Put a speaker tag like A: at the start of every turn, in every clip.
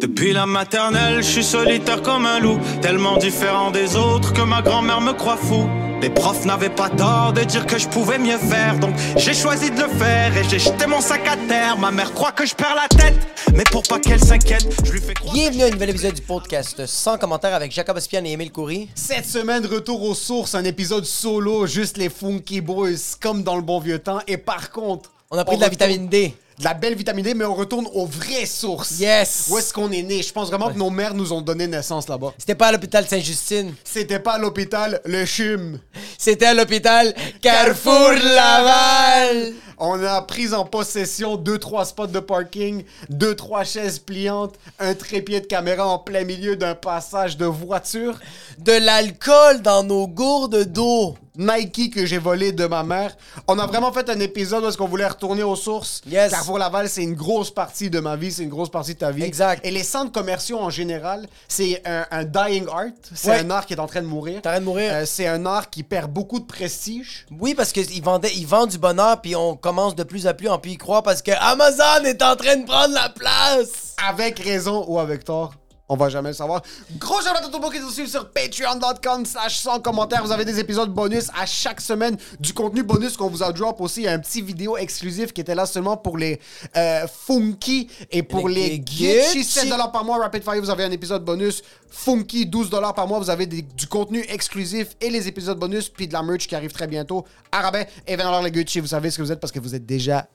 A: Depuis la maternelle, je suis solitaire comme un loup, tellement différent des autres que ma grand-mère me croit fou. Les profs n'avaient pas tort de dire que je pouvais mieux faire, donc j'ai choisi de le faire et j'ai jeté mon sac à terre. Ma mère croit que je perds la tête, mais pour pas qu'elle s'inquiète, je lui fais croire.
B: Bienvenue à un nouvel épisode du podcast sans commentaire avec Jacob Aspian et Émile Coury.
C: Cette semaine, retour aux sources, un épisode solo, juste les Funky Boys, comme dans le bon vieux temps. Et par contre,
B: On a pris de la
C: retourne-
B: vitamine D.
C: De la belle vitamine D, mais on retourne aux vraies sources.
B: Yes.
C: Où est-ce qu'on est né? Je pense vraiment que nos mères nous ont donné naissance là-bas.
B: C'était pas à l'hôpital Sainte-Justine,
C: C'était pas à l'hôpital, le chum.
B: c'était à l'hôpital Carrefour Laval.
C: On a pris en possession 2-3 spots de parking, 2-3 chaises pliantes, un trépied de caméra en plein milieu d'un passage de voiture,
B: De l'alcool dans nos gourdes d'eau.
C: Nike que j'ai volé de ma mère. On a vraiment fait un épisode où est-ce qu'on voulait retourner aux sources.
B: Yes.
C: Carrefour Laval, c'est une grosse partie de ma vie, c'est une grosse partie de ta vie.
B: Exact.
C: Et les centres commerciaux en général, c'est un, un dying art. C'est
B: Ouais.
C: un art qui est en train de mourir.
B: T'arrêtes de mourir.
C: Euh, c'est un art qui perd beaucoup de prestige.
B: Oui, parce qu'ils vendaient, ils vendent du bonheur, puis on commence de plus en plus en plus y croire parce que Amazon est en train de prendre la place.
C: Avec raison ou avec tort. On va jamais le savoir. Gros shout out à tout le monde qui nous suit sur patreon.com slash sans commentaire. Vous avez des épisodes bonus à chaque semaine. Du contenu bonus qu'on vous a drop aussi. Il y a un petit vidéo exclusif qui était là seulement pour les euh, funky et pour
B: Les-
C: les,
B: les
C: geeky.
B: geeky.
C: 7 dollars par mois. Rapid Fire, vous avez un épisode bonus. Funky, 12 dollars par mois. Vous avez des- du contenu exclusif et les épisodes bonus. Puis de la merch qui arrive très bientôt. Arabin et 20 les geeky. Vous savez ce que vous êtes parce que vous êtes déjà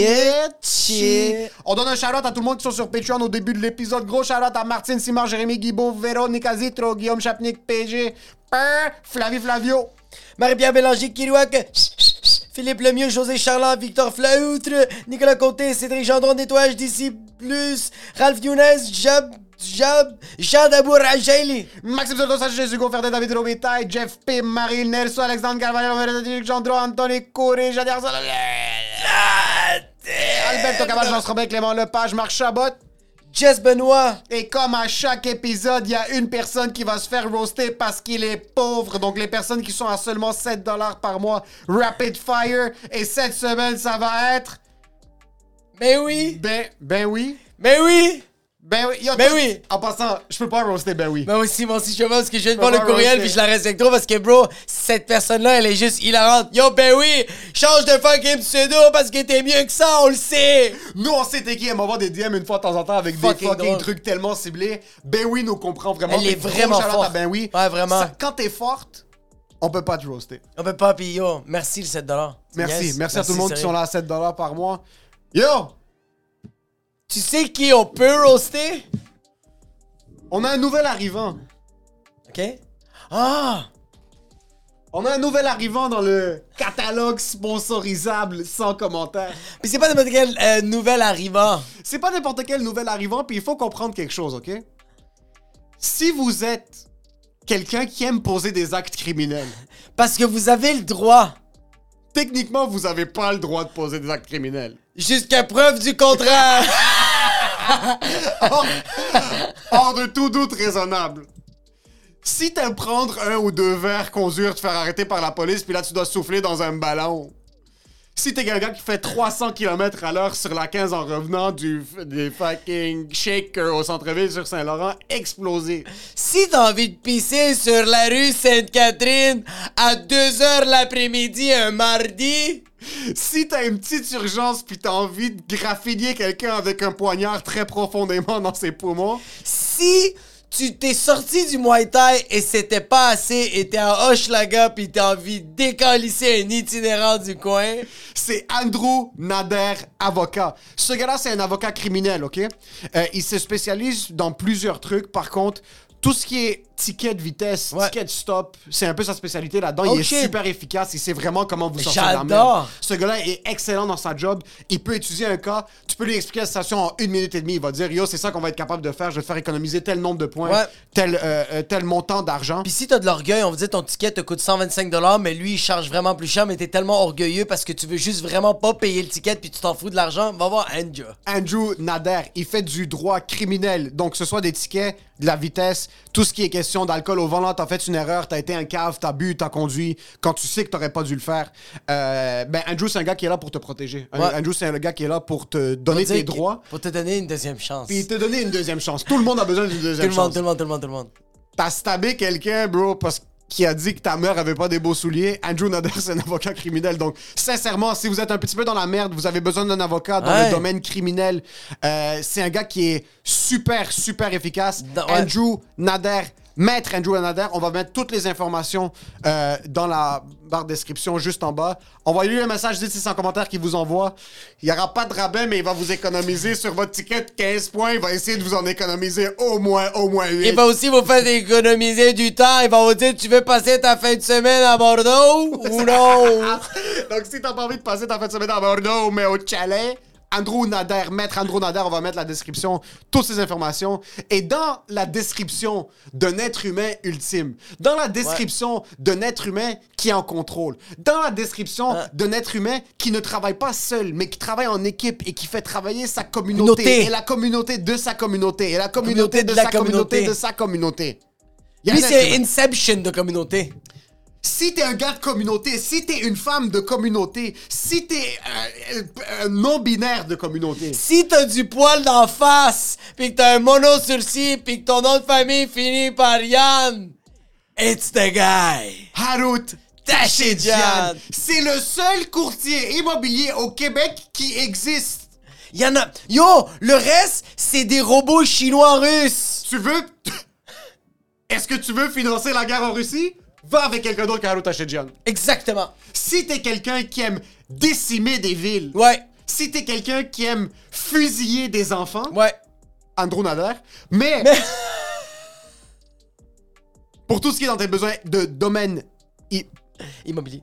C: Guetti. On donne un shout-out à tout le monde qui sont sur Patreon au début de l'épisode. Gros shout-out à Martine Simard, Jérémy Guibault, Véronica Zitro, Guillaume Chapnik, PG, Peur, Flavie Flavio.
B: Marie-Pierre Bélanger, Kirouac, Philippe Lemieux, José Charland, Victor Flautre, Nicolas Côté, Cédric Gendron, Nettoyage d'ici plus, Ralph Younes, Jab, Jab, Jean Dabour, Angeli.
C: Maxime Soto, Sacha Hugo Ferdet, David Robitaille, Jeff P, Marie Nelson, Alexandre Carvalho, Véronique Gendro, Anthony Couré, Jadier Alberto Cabal, Jean Robert, Clément Lepage, Marc Chabot.
B: Jess Benoît.
C: Et comme à chaque épisode, il y a une personne qui va se faire roaster parce qu'il est pauvre. Donc les personnes qui sont à seulement 7 dollars par mois, rapid fire. Et cette semaine, ça va être
B: Mais oui,
C: ben ben oui.
B: mais oui.
C: Ben oui. Yo,
B: Ben
C: tout-
B: oui.
C: En passant, je peux pas roaster ben oui.
B: Moi aussi, moi aussi, je pense que je viens de
C: peux
B: voir le
C: pas
B: courriel
C: roaster.
B: puis je la respecte trop parce que, bro, cette personne-là, elle est juste hilarante. Yo, ben oui, change de fucking pseudo parce que t'es mieux que ça, on le sait.
C: Nous, on sait t'es qui. Elle m'envoie des DM une fois de temps en temps avec
B: Fucking
C: des fucking
B: drôle.
C: trucs tellement ciblés. Ben oui nous comprend vraiment.
B: Elle est
C: Puis gros
B: vraiment
C: shout-out à
B: forte.
C: Ben oui.
B: Ouais, vraiment.
C: Ça, quand t'es forte, on peut pas te roaster.
B: On peut pas, puis yo, merci le 7$.
C: Merci.
B: Yes,
C: merci à tout le monde qui
B: sérieux.
C: sont là à 7 dollars par mois. Yo!
B: Tu sais qui on peut roaster?
C: On a un nouvel arrivant.
B: OK? Ah!
C: On a un nouvel arrivant dans le catalogue sponsorisable sans commentaire.
B: Puis c'est pas n'importe quel euh, nouvel arrivant.
C: C'est pas n'importe quel nouvel arrivant, puis il faut comprendre quelque chose, OK? Si vous êtes quelqu'un qui aime poser des actes criminels,
B: Parce que vous avez le droit,
C: techniquement, vous avez pas le droit de poser des actes criminels.
B: jusqu'à preuve du contraire.
C: Hors, hors de tout doute raisonnable. Si t'aimes prendre un ou deux verres, conduire, te faire arrêter par la police, puis là tu dois souffler dans un ballon. Si t'es quelqu'un qui fait 300 km à l'heure sur la 15 en revenant du f- des fucking shakers au centre-ville sur Saint-Laurent, explosé.
B: si t'as envie de pisser sur la rue Sainte-Catherine à 2h l'après-midi un mardi,
C: Si t'as une petite urgence puis t'as envie de graffiner quelqu'un avec un poignard très profondément dans ses poumons,
B: si tu t'es sorti du Muay Thai et c'était pas assez et t'es à Hochelaga pis t'as envie de décalisser un itinérant du coin,
C: c'est Andrew Nader, avocat. Ce gars-là, c'est un avocat criminel, OK? Euh, il se spécialise dans plusieurs trucs. Par contre, tout ce qui est ticket de vitesse,
B: Ouais.
C: ticket de stop, c'est un peu sa spécialité là-dedans.
B: Oh,
C: il est
B: shit.
C: super efficace. Il sait vraiment comment vous sortir de la
B: J'adore.
C: merde. Ce gars-là est excellent dans sa job. Il peut étudier un cas. Tu peux lui expliquer la situation en une minute et demie. Il va dire, yo, c'est ça qu'on va être capable de faire. Je vais te faire économiser tel nombre de points,
B: Ouais.
C: tel, euh, euh, tel montant d'argent.
B: Puis si t'as de l'orgueil, on vous dit ton ticket te coûte 125 mais lui il charge vraiment plus cher, mais t'es tellement orgueilleux parce que tu veux juste vraiment pas payer le ticket puis tu t'en fous de l'argent, va voir Andrew.
C: Andrew Nader, il fait du droit criminel, donc que ce soit des tickets de la vitesse, tout ce qui est question d'alcool au volant, t'as fait une erreur, t'as été un cave, t'as bu, t'as conduit, quand tu sais que t'aurais pas dû le faire. Euh, ben, Andrew, c'est un gars qui est là pour te protéger. Un-
B: Ouais.
C: Andrew, c'est un gars qui est là pour te donner
B: Dire
C: tes
B: que-
C: droits,
B: Pour te donner une deuxième chance.
C: puis te donner une deuxième chance. Tout le monde a besoin d'une
B: tout
C: deuxième
B: le monde,
C: chance.
B: tout le monde, tout le monde, tout le monde.
C: T'as stabé quelqu'un, bro, parce qu'il a dit que ta mère avait pas des beaux souliers. Andrew Nader, c'est un avocat criminel. Donc, sincèrement, si vous êtes un petit peu dans la merde, vous avez besoin d'un avocat dans
B: Ouais.
C: le domaine criminel. euh, c'est un gars qui est super, super efficace.
B: Da- ouais.
C: Andrew Nader, maître Andrew Nader, on va mettre toutes les informations euh, dans la barre description juste en bas. Envoyez-lui un message, dites si c'est en commentaire qu'il vous envoie. Il n'y aura pas de rabais, mais il va vous économiser sur votre ticket de 15 points. Il va essayer de vous en économiser au moins, au moins 8.
B: Il va aussi vous faire économiser du temps. Il va vous dire, tu veux passer ta fin de semaine à Bordeaux ou non?
C: Ah, Donc, si t'as pas envie de passer ta fin de semaine à Bordeaux, mais au chalet, Andrew Nader, maître Andrew Nader, on va mettre la description, toutes ces informations. Et dans la description d'un être humain ultime, dans la description d'un être humain qui est en contrôle, dans la description d'un être humain qui ne travaille pas seul, mais qui travaille en équipe et qui fait travailler sa communauté,
B: Communauté.
C: et la communauté de sa communauté, et la communauté,
B: Communauté
C: de,
B: de
C: sa
B: la
C: communauté.
B: communauté.
C: de sa communauté. Il y a
B: Lui,
C: un être
B: c'est
C: humain.
B: Inception de communauté.
C: Si t'es un gars de communauté, si t'es une femme de communauté, si t'es euh, euh, un non-binaire de communauté,
B: Si t'as du poil d'en face, pis que t'as un mono sourcil, pis que ton nom de famille finit par Yann, it's the guy.
C: Harut
B: Tachédian.
C: Tachédian, c'est le seul courtier immobilier au Québec qui existe.
B: Y'en a... Yo, le reste, c'est des robots chinois russes.
C: Tu veux... Est-ce que tu veux financer la guerre en Russie? Va avec quelqu'un d'autre qu'Harut Tachédian.
B: Exactement.
C: Si t'es quelqu'un qui aime décimer des villes,
B: Ouais,
C: si t'es quelqu'un qui aime fusiller des enfants,
B: ouais.
C: Andrew Nader. Mais, pour tout ce qui est dans tes besoins de domaine, i-
B: Immobilier.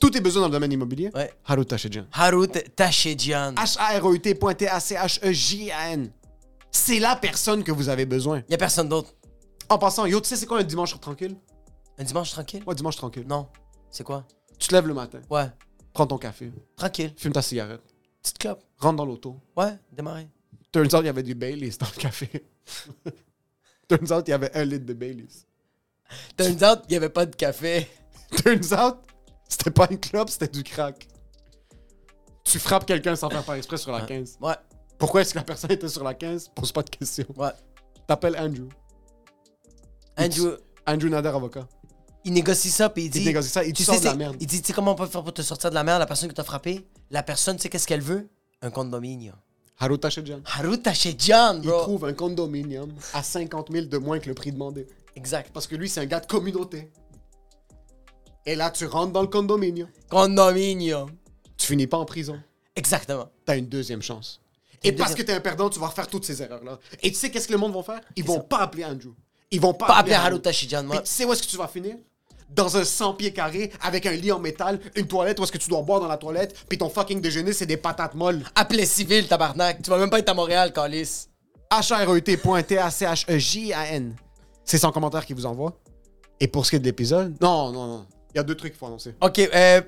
C: tous tes besoins dans le domaine immobilier,
B: Ouais.
C: Harut Tachéjian.
B: Harut Tachédian.
C: E H-A-R-E-U-T.T-A-C-H-E-J-A-N. C'est la personne que vous avez besoin.
B: Y a personne d'autre.
C: En passant, yo, tu sais c'est quoi un dimanche tranquille?
B: Un dimanche tranquille?
C: Ouais, dimanche tranquille.
B: Non. C'est quoi?
C: Tu te lèves le matin,
B: Ouais.
C: prends ton café,
B: Tranquille.
C: fume ta cigarette,
B: Petite clope.
C: rentre dans l'auto.
B: Ouais, démarrer.
C: Turns out, il y avait du Baileys dans le café. Turns out, il y avait un litre de Baileys.
B: Turns out, y avait pas de café.
C: Turns out, c'était pas une clope, c'était du crack. Tu frappes quelqu'un sans faire par exprès sur la 15.
B: Ouais,
C: Pourquoi est-ce que la personne était sur la 15? Pose pas de questions.
B: ouais.
C: T'appelles Andrew.
B: Andrew,
C: Andrew Nader, avocat.
B: il négocie ça, puis il dit...
C: Il négocie ça, il te
B: tu
C: sort
B: sais,
C: de la
B: c'est-
C: merde.
B: Il dit, tu sais comment on peut faire pour te sortir de la merde, la personne qui t'a frappé? La personne, tu sais qu'est-ce qu'elle veut? Un condominium.
C: Haru Tachedjian.
B: Harut Tachédian,
C: Il
B: bro.
C: trouve un condominium à 50 000 de moins que le prix demandé.
B: Exact.
C: Parce que lui, c'est un gars de communauté. Et là, tu rentres dans le condominium.
B: Condominium.
C: Tu finis pas en prison.
B: Exactement.
C: T'as une deuxième chance.
B: T'as
C: Et
B: une
C: parce
B: deuxième-
C: que t'es un perdant, tu vas refaire toutes ces erreurs-là. Et tu sais qu'est-ce que le monde va faire? Ils
B: ça.
C: vont pas appeler Andrew. Ils vont pas,
B: Pas appeler Harut Tachédian,
C: Puis
B: moi.
C: tu sais où est-ce que tu vas finir? Dans un 100 pieds carrés, avec un lit en métal, une toilette où est-ce que tu dois boire dans la toilette, puis ton fucking déjeuner, c'est des patates molles.
B: Appelez civil, tabarnak. Tu vas même pas être à Montréal, Calis.
C: E H-R-E-T.T-A-C-H-E-J-A-N. C'est son commentaire qui vous envoie. Et pour ce qui est de l'épisode, non, non, non. Il y a deux trucs qu'il faut annoncer.
B: OK, euh,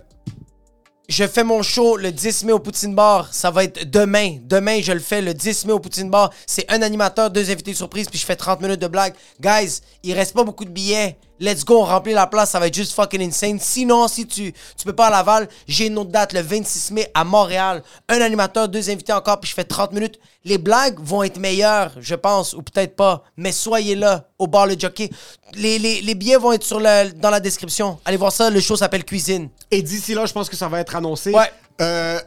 B: je fais mon show le 10 mai au Poutine Bar. Ça va être demain. Demain, je le fais le 10 mai au Poutine Bar. C'est un animateur, deux invités surprises, puis je fais 30 minutes de blague. Guys, il reste pas beaucoup de billets. Let's go, on remplit la place, ça va être juste fucking insane. Sinon, si tu, tu peux pas à Laval, j'ai une autre date le 26 mai à Montréal. Un animateur, deux invités encore, puis je fais 30 minutes. Les blagues vont être meilleures, je pense, ou peut-être pas. Mais soyez là, au bar le jockey. Les, les, les billets vont être sur le, dans la description. Allez voir ça, le show s'appelle Cuisine.
C: Et d'ici là, je pense que ça va être annoncé.
B: Ouais.
C: Euh,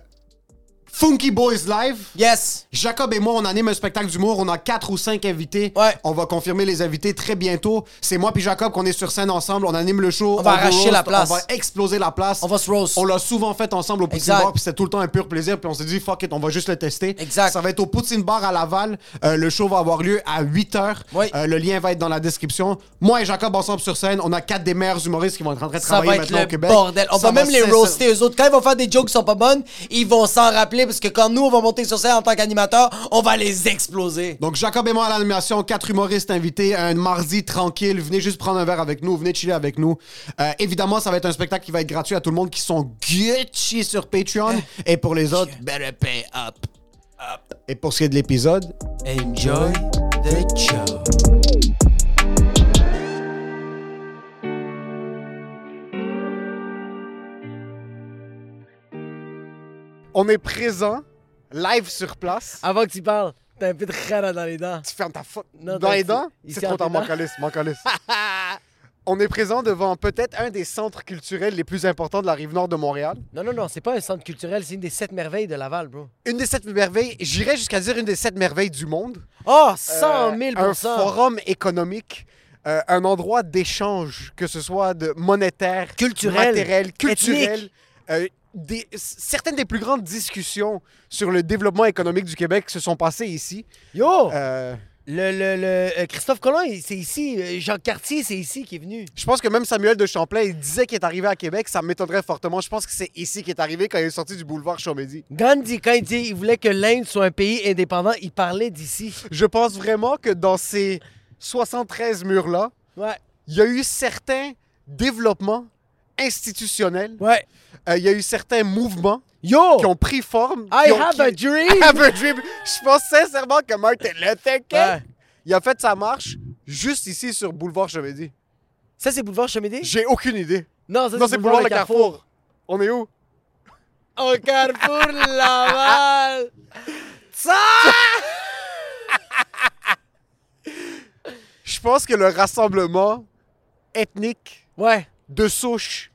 C: Funky Boys Live.
B: Yes!
C: Jacob et moi, on anime un spectacle d'humour. On a quatre ou cinq invités.
B: Ouais.
C: On va confirmer les invités très bientôt. C'est moi puis Jacob qu'on est sur scène ensemble. On anime le show.
B: On va
C: vous
B: arracher
C: roast,
B: la place.
C: On va exploser la place.
B: On va se roast.
C: On l'a souvent fait ensemble au Poutine
B: Exact.
C: Bar, puis c'était tout le temps un pur plaisir. Puis on s'est dit, fuck it, on va juste le tester.
B: Exact.
C: Ça va être au Poutine Bar à Laval. Euh, le show va avoir lieu à 8 h.
B: Oui.
C: le lien va être dans la description. Moi et Jacob ensemble sur scène, on a quatre des meilleurs humoristes qui vont être en train de
B: Ça
C: travailler
B: va être
C: maintenant
B: le
C: au Québec.
B: bordel. On
C: Ça
B: va même les
C: sincère-
B: roaster eux autres. Quand ils vont faire des jokes qui sont pas bonnes, ils vont s'en rappeler parce que quand nous, on va monter sur scène en tant qu'animateur, on va les exploser.
C: Donc, Jacob et moi à l'animation, quatre humoristes invités, un mardi tranquille. Venez juste prendre un verre avec nous, venez chiller avec nous. Euh, évidemment, ça va être un spectacle qui va être gratuit à tout le monde qui sont Gucci sur Patreon. Et pour les autres, better pay up. Up. Et pour ce qui est de l'épisode,
B: Enjoy
D: de Tcha.
C: On est présent, live sur place.
B: Avant que tu parles, t'as un peu de rana dans les dents.
C: Ah, Tu fermes ta faute
B: Non,
C: dans
B: t'as-
C: les dents?
B: il
C: C'est
B: serre
C: trop tard,
B: tes dents.
C: mancaliste, mancaliste. On est présent devant peut-être un des centres culturels les plus importants de la rive nord de Montréal.
B: Non, non, non, c'est pas un centre culturel, c'est une des sept merveilles de Laval, bro.
C: Une des sept merveilles, j'irais jusqu'à dire une des sept merveilles du monde.
B: Oh,
C: Euh,
B: 100 000
C: Un forum économique, euh, un endroit d'échange, que ce soit de monétaire,
B: Culturel,
C: matériel, culturel. euh, des- certaines des plus grandes discussions sur le développement économique du Québec se sont passées ici.
B: Yo!
C: Euh,
B: Le, le, le- euh, Christophe Colomb, il- c'est ici. Euh, Jean Cartier, c'est ici qui est venu.
C: Je pense que même Samuel de Champlain il disait qu'il est arrivé à Québec, ça m'étonnerait fortement. Je pense que c'est ici qu'il est arrivé quand il est sorti du boulevard Chomedy.
B: Gandhi, quand il, dit, il voulait que l'Inde soit un pays indépendant, il parlait d'ici.
C: Je pense vraiment que dans ces 73 murs-là,
B: Ouais,
C: il y a eu certains développements institutionnels,
B: ouais.
C: euh, il y a eu certains mouvements
B: Yo!
C: qui ont pris forme.
B: Oh. I
C: qui ont-
B: have
C: qui-
B: a dream!
C: I have a dream. Je pense sincèrement que Martin Luther King,
B: Ouais.
C: il a fait sa marche juste ici sur boulevard Chomedy.
B: Ça, c'est boulevard Chemédé?
C: J'ai aucune idée.
B: Non, ça,
C: Non, c'est boulevard Le Carrefour. On est où?
B: Au Carrefour Laval! Ça!
C: Je pense que le rassemblement ethnique
B: Ouais.
C: de souche,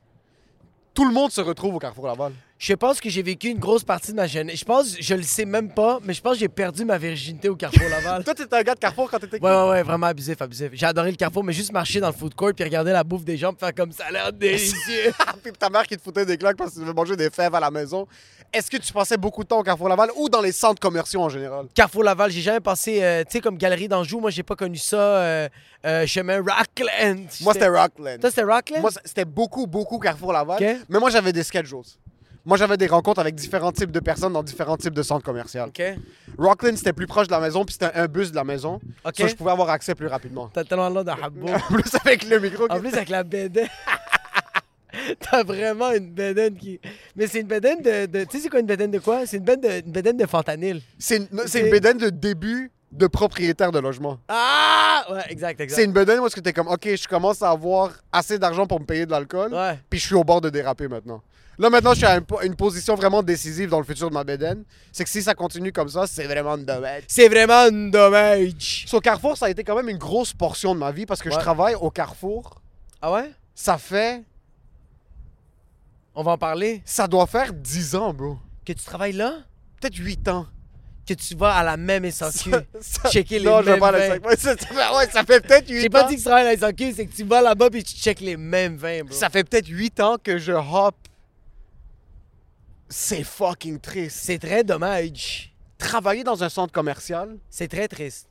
C: tout le monde se retrouve au Carrefour Laval.
B: Je pense que j'ai vécu une grosse partie de ma jeunesse. Je pense, je le sais même pas, mais je pense que j'ai perdu ma virginité au Carrefour Laval.
C: Toi, t'étais un gars de Carrefour quand t'étais
B: Ouais, ouais, ouais, vraiment abusif, abusif. J'ai adoré le Carrefour, mais juste marcher dans le food court puis regarder la bouffe des gens puis faire comme ça a l'air délicieux.
C: Puis ta mère qui te foutait des claques parce que tu devais manger des fèves à la maison. Est-ce que tu passais beaucoup de temps au Carrefour Laval ou dans les centres commerciaux en général?
B: Carrefour Laval, j'ai jamais passé, euh, tu sais, comme Galerie d'Anjou, moi j'ai pas connu ça. euh, euh, chemin Rockland.
C: Moi, c'était Rockland.
B: Toi, c'était Rockland?
C: Moi, c'était beaucoup, beaucoup Carrefour Laval.
B: Ok.
C: Mais moi, j'avais des schedules. Moi, j'avais des rencontres avec différents types de personnes dans différents types de centres commerciaux.
B: Ok.
C: Rockland, c'était plus proche de la maison, puis c'était un bus de la maison.
B: Ok.
C: Ça, je pouvais avoir accès plus rapidement.
B: T'as tellement l'air d'un habbo.
C: En plus, avec le micro.
B: En
C: qui-
B: plus, avec la bédaine. T'as vraiment une bédaine qui. Mais c'est une bédaine de. de- Tu sais, c'est quoi une bédaine de quoi? C'est une bédaine de, une bédaine de fentanyl.
C: C'est une, c'est
B: C'est-
C: une bédaine de début de propriétaire de logement.
B: Ah! Ouais, exact, exact.
C: C'est une bedaine où est-ce que t'es comme, OK, je commence à avoir assez d'argent pour me payer de l'alcool,
B: Ouais.
C: puis je suis au bord de déraper maintenant. Là, maintenant, je suis à un po- une position vraiment décisive dans le futur de ma bedaine. C'est que si ça continue comme ça, c'est vraiment dommage.
B: C'est vraiment un dommage.
C: Sur Carrefour, ça a été quand même une grosse portion de ma vie parce que je
B: Ouais.
C: travaille au Carrefour.
B: Ah ouais?
C: Ça fait.
B: On va en parler.
C: Ça doit faire 10 ans, bro.
B: Que tu travailles là?
C: Peut-être 8 ans.
B: Que tu vas à la même SAQ.
C: Ça- ça-
B: Checker les
C: non, je vais
B: mêmes
C: pas
B: vins.
C: le ouais, ça, ça fait- ouais, ça fait peut-être 8
B: J'ai
C: ans.
B: pas dit que tu travailles à la SAQ, c'est que tu vas là-bas puis tu checkes les mêmes vins, bro.
C: Ça fait peut-être 8 ans que je hop. C'est fucking triste.
B: C'est très dommage.
C: travailler dans un centre commercial,
B: C'est très triste.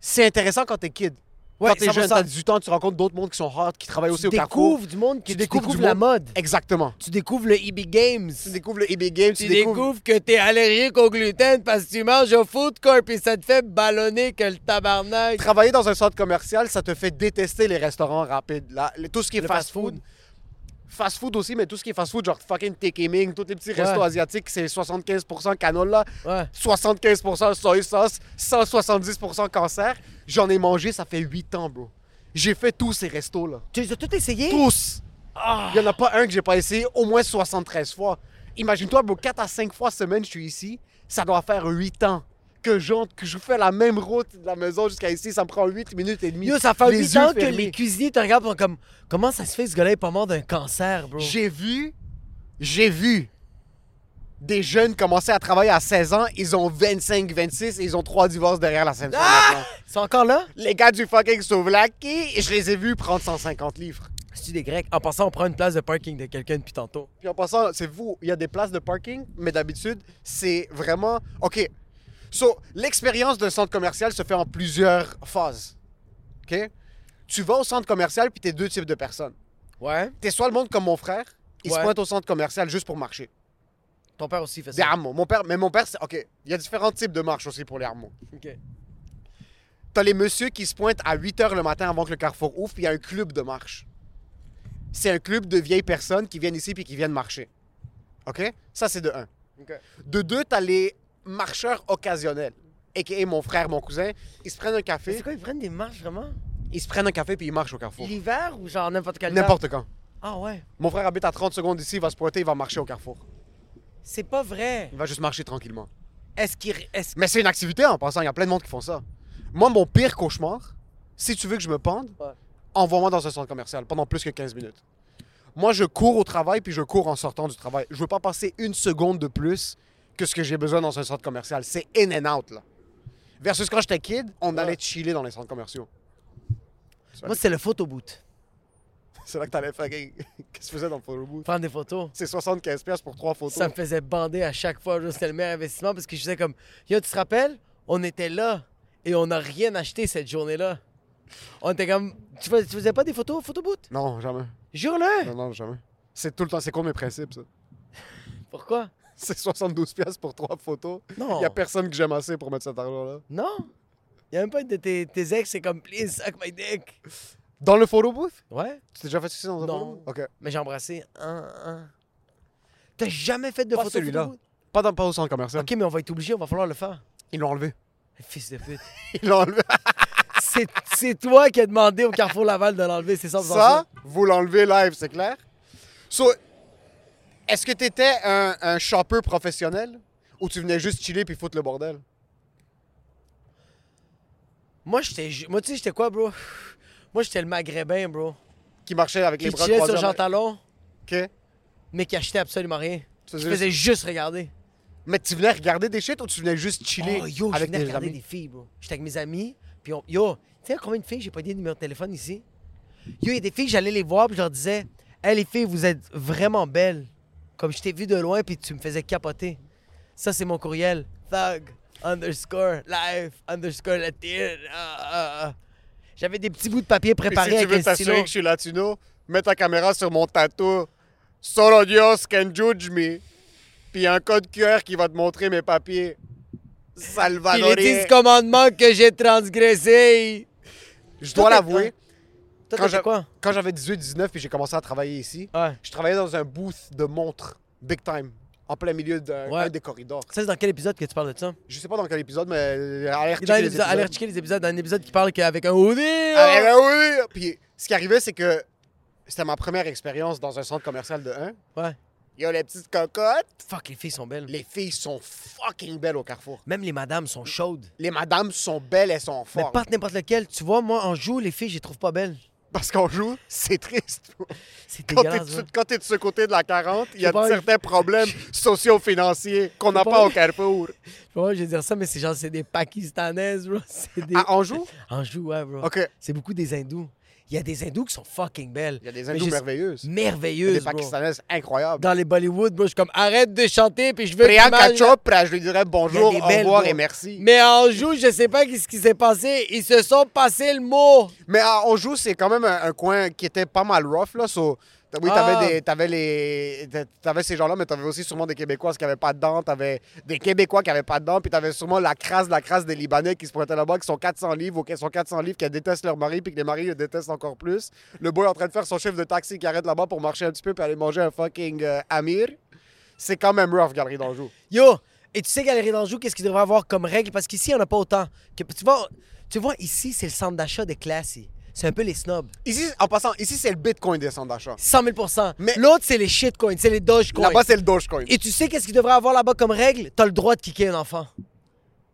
C: c'est intéressant quand t'es kid.
B: Ouais,
C: quand t'es jeune,
B: 100%.
C: t'as 18 ans, tu rencontres d'autres mondes qui sont hard, qui travaillent aussi
B: Tu
C: au Carrefour.
B: découvres du monde, que
C: Tu
B: tu
C: découvres
B: découvres
C: du
B: la
C: monde.
B: mode.
C: Exactement.
B: Tu découvres le EB Games.
C: Tu découvres le eBay Games, tu,
B: tu
C: découvres...
B: découvres que t'es allergique au gluten parce que tu manges au food court et ça te fait ballonner que le tabarnak.
C: Travailler dans un centre commercial, ça te fait détester les restaurants rapides. Là, le- tout ce qui est
B: Le
C: fast-food.
B: fast-food.
C: Fast-food aussi, mais tout ce qui est fast-food, genre fucking Tekeming, tous les petits restos
B: Ouais.
C: asiatiques, c'est 75% canola,
B: Ouais.
C: 75% soy sauce, 170% cancer. J'en ai mangé, ça fait 8 ans, bro. J'ai fait tous ces restos-là.
B: Tu les as tout essayé?
C: tous.
B: Ah.
C: Il n'y en a pas un que j'ai pas essayé au moins 73 fois. Imagine-toi, bro, 4 à 5 fois semaine, je suis ici. Ça doit faire 8 ans que j'entre, que je fais la même route de la maison jusqu'à ici. Ça me prend 8 minutes et demie.
B: Yo, ça fait
C: Les
B: 8
C: yeux
B: ans que
C: fermés.
B: les cuisiniers te regardent font comme comment ça se fait ce gars-là est pas mort d'un cancer, bro.
C: J'ai vu, j'ai vu des jeunes commencer à travailler à 16 ans. Ils ont 25, 26 et ils ont 3 divorces derrière la scène.
B: Ils sont encore là
C: Les gars du fucking Souvlaki, je les ai vus prendre 150 livres.
B: C'est des Grecs. En passant, on prend une place de parking de quelqu'un depuis tantôt.
C: Puis en passant, c'est vous, il y a des places de parking, mais d'habitude, c'est vraiment. OK. So, l'expérience d'un centre commercial se fait en plusieurs phases. OK? Tu vas au centre commercial, puis t'es deux types de personnes.
B: Ouais.
C: T'es soit le monde comme mon frère, il se
B: Ouais.
C: pointe au centre commercial juste pour marcher.
B: Ton père aussi fait
C: Des
B: ça.
C: armes. Mon père, mais mon père, c'est. OK. Il y a différents types de marches aussi pour les armes.
B: Ok.
C: T'as les messieurs qui se pointent à 8 h le matin avant que le carrefour ouvre, puis il y a un club de marche. C'est un club de vieilles personnes qui viennent ici puis qui viennent marcher. OK? Ça, c'est de un.
B: Ok.
C: De deux, t'as les marcheurs occasionnels. a.k.a. mon frère, mon cousin, ils se prennent un
B: Mais C'est
C: café,
B: quoi, ils prennent des marches vraiment?
C: ils se prennent un café puis ils marchent au carrefour.
B: L'hiver ou genre n'importe quel
C: N'importe quand.
B: heure? Ah ouais.
C: Mon frère habite à 30 secondes d'ici, il va se pointer, il va marcher au carrefour.
B: C'est pas vrai.
C: Il va juste marcher tranquillement.
B: Est-ce qu'ils. Est
C: Mais c'est une activité en passant, il y a plein de monde qui font ça. Moi, mon pire cauchemar, si tu veux que je me pende,
B: Ouais.
C: envoie-moi dans un centre commercial pendant plus que 15 minutes. Moi, je cours au travail puis je cours en sortant du travail. Je veux pas passer une seconde de plus que ce que j'ai besoin dans un centre commercial. C'est in and out, là. Versus quand j'étais kid, on allait chiller dans les centres commerciaux.
B: Moi, c'est le photoboot.
C: C'est là que t'allais faire. Qu'est-ce que tu faisais dans le photoboot?
B: Prendre des photos.
C: C'est 75$ pour trois photos.
B: Ça me faisait bander à chaque fois. genre, C'était le meilleur investissement parce que je disais comme, yo, tu te rappelles, on était là et on n'a rien acheté cette journée-là. On était comme, tu fais- tu faisais pas des photos au photoboot?
C: Non, jamais.
B: Jure-le!
C: Non, non, jamais. C'est tout le temps, c'est contre mes principes, ça.
B: Pourquoi?
C: C'est 72$ pour trois photos.
B: Non.
C: Il y a personne que j'aime assez pour mettre cet argent-là.
B: Non! Il y a même pas une de tes, tes ex, c'est comme, please suck my dick.
C: Dans le photo booth?
B: Ouais?
C: Tu t'es déjà fait sucer dans un
B: Non.
C: photo booth? OK.
B: Mais j'ai embrassé un, un. T'as jamais fait de
C: Pas
B: photo
C: celui-là.
B: photoboot?
C: Pas, dans, pas au centre commercial.
B: Ok, mais on va être obligé, on va falloir le faire.
C: Ils l'ont enlevé.
B: Fils de pute.
C: Ils l'ont enlevé. Ah,
B: c'est, c'est toi qui as demandé au Carrefour Laval de l'enlever, c'est ça? vous en
C: Ça, vous l'enlevez live, c'est clair? So, est-ce que t'étais un, un shopper professionnel? Ou tu venais juste chiller puis foutre le bordel?
B: Moi, j'étais. ju- Moi, tu sais, j'étais quoi, bro? Moi, j'étais le maghrébin, bro.
C: Qui marchait avec
B: Qui
C: les bras
B: chillait
C: croisés.
B: sur Jean
C: en-
B: Talon,
C: OK.
B: mais qui achetait absolument rien. Je
C: Tu faisais
B: faisais juste regarder.
C: Mais tu venais regarder des shit ou tu venais juste chiller
B: Oh, yo, je
C: avec
B: venais
C: tes
B: regarder
C: amis?
B: des filles, bro. J'étais avec mes amis, puis on. Yo, tu sais, combien de filles, j'ai pas dit de numéro de téléphone ici? Yo, il y a des filles, j'allais les voir, puis je leur disais, hey, les filles, vous êtes vraiment belles. Comme je t'ai vu de loin, puis tu me faisais capoter. Ça, c'est mon courriel. Thug, underscore, life, underscore, latin. ah, ah, ah. J'avais des petits bouts de papier
C: Puis
B: préparés
C: si tu
B: avec
C: veux
B: un stylo.
C: t'assurer que je suis latino, mets ta caméra sur mon tatou. Solo Dios can judge me. Puis un code QR qui va te montrer mes papiers.
B: Puis les
C: Salvadorien.
B: 10 commandements que j'ai transgressés.
C: Je dois l'avouer,
B: Toi,
C: Quand
B: t'as fait
C: j'avais-
B: quoi?
C: quand j'avais 18-19 puis j'ai commencé à travailler ici,
B: Ouais.
C: je travaillais dans un booth de montres, big time, en plein milieu d'un
B: Ouais.
C: un des corridors.
B: Ça, c'est dans quel épisode que tu parles de ça?
C: Je sais pas dans quel épisode, mais euh, allez
B: Dans
C: rechecker les
B: l'épisode- Allez
C: épisodes.
B: rechecker les épisodes. Dans un épisode qui parle qu'avec un hoodie.
C: Ah,
B: là.
C: ben oui! Puis ce qui arrivait, c'est que c'était ma première expérience dans un centre commercial de 1.
B: oh! Ouais.
C: Yo, les petites cocottes!
B: Fuck, les filles sont belles.
C: Les filles sont fucking belles au carrefour.
B: Même les madames sont chaudes.
C: Les madames sont belles, elles sont
B: Mais
C: fortes.
B: pas n'importe lequel. Tu vois, moi, en joue, les filles, je les trouve pas belles.
C: Parce qu'on joue, c'est triste.
B: C'est
C: Quand t'es de,
B: dégueulasse.
C: ce-
B: ouais.
C: quand t'es de ce côté de la 40, il y
B: Je sais
C: a
B: pas,
C: certains problèmes socio-financiers qu'on n'a
B: pas.
C: pas au carrefour.
B: Ouais, je vais dire ça, mais c'est genre, c'est des Pakistanaises, bro. C'est des...
C: Ah, on joue?
B: En joue, ouais, bro.
C: OK.
B: C'est beaucoup des hindous. Il y a des hindous qui sont fucking belles.
C: Il y a des
B: Mais
C: hindous
B: je-
C: merveilleuses. Il y a
B: Merveilleuses,
C: des
B: bro.
C: pakistanaises incroyables.
B: Dans les Bollywood, bro, je suis comme, arrête de chanter, puis je veux... que tu
C: Priyanka
B: manges-
C: Chopra, je lui dirais bonjour,
B: Il y a
C: au
B: des belles,
C: revoir
B: bro.
C: et merci.
B: Mais en joue, je sais pas ce qui s'est passé. Ils se sont passés le mot.
C: Mais à on joue, c'est quand même un, un coin qui était pas mal rough, là. so- t- oui, t'avais,
B: Ah.
C: des, t'avais, les, t'a- t'avais ces gens-là, mais t'avais aussi sûrement des Québécoises qui avaient pas de dents, t'avais des Québécois qui avaient pas de dents, puis t'avais sûrement la crasse, de la crasse des Libanais qui se pointaient là-bas, qui sont 400 livres ou qui sont 400 livres, qui détestent leur mari, puis que les maris le détestent encore plus. Le boy est en train de faire son chef de taxi qui arrête là-bas pour marcher un petit peu puis aller manger un fucking euh, Amir. C'est quand même rough, Galerie d'Anjou.
B: Yo, et tu sais, Galerie d'Anjou, qu'est-ce qu'ils devraient avoir comme règle? Parce qu'ici, on n'a pas autant. Que, tu, vois, tu vois, ici, c'est le centre d'achat des classiques. C'est un peu les snobs.
C: Ici, en passant, ici, c'est le Bitcoin des centres d'achat.
B: 100 000
C: Mais-
B: L'autre, c'est les shitcoins, c'est les dogecoins.
C: Là-bas, c'est le Dogecoin.
B: Et tu sais qu'est-ce qu'ils devraient avoir là-bas comme règle? T'as le droit de kicker un enfant.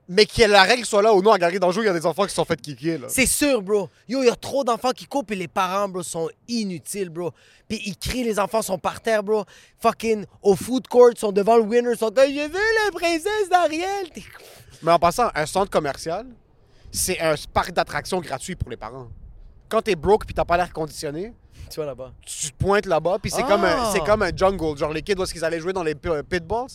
C: Mais que la règle soit là ou non, à Galerie d'Anjou, il y a des enfants qui se sont fait kicker, là.
B: C'est sûr, bro. Yo, il y a trop d'enfants qui coupent et les parents, bro, sont inutiles, bro. Puis ils crient, les enfants sont par terre, bro. Fucking au food court, sont devant le winner, sont comme J'ai vu la princesse d'Ariel. T'es-
C: Mais en passant, un centre commercial, c'est un parc d'attractions gratuit pour les parents. Quand t'es broke puis t'as pas l'air conditionné,
B: Tu vois là-bas.
C: tu te pointes là-bas puis c'est
B: Ah!
C: comme un, c'est comme un jungle, genre les kids où est-ce qu'ils allaient jouer dans les pi- euh, pitballs.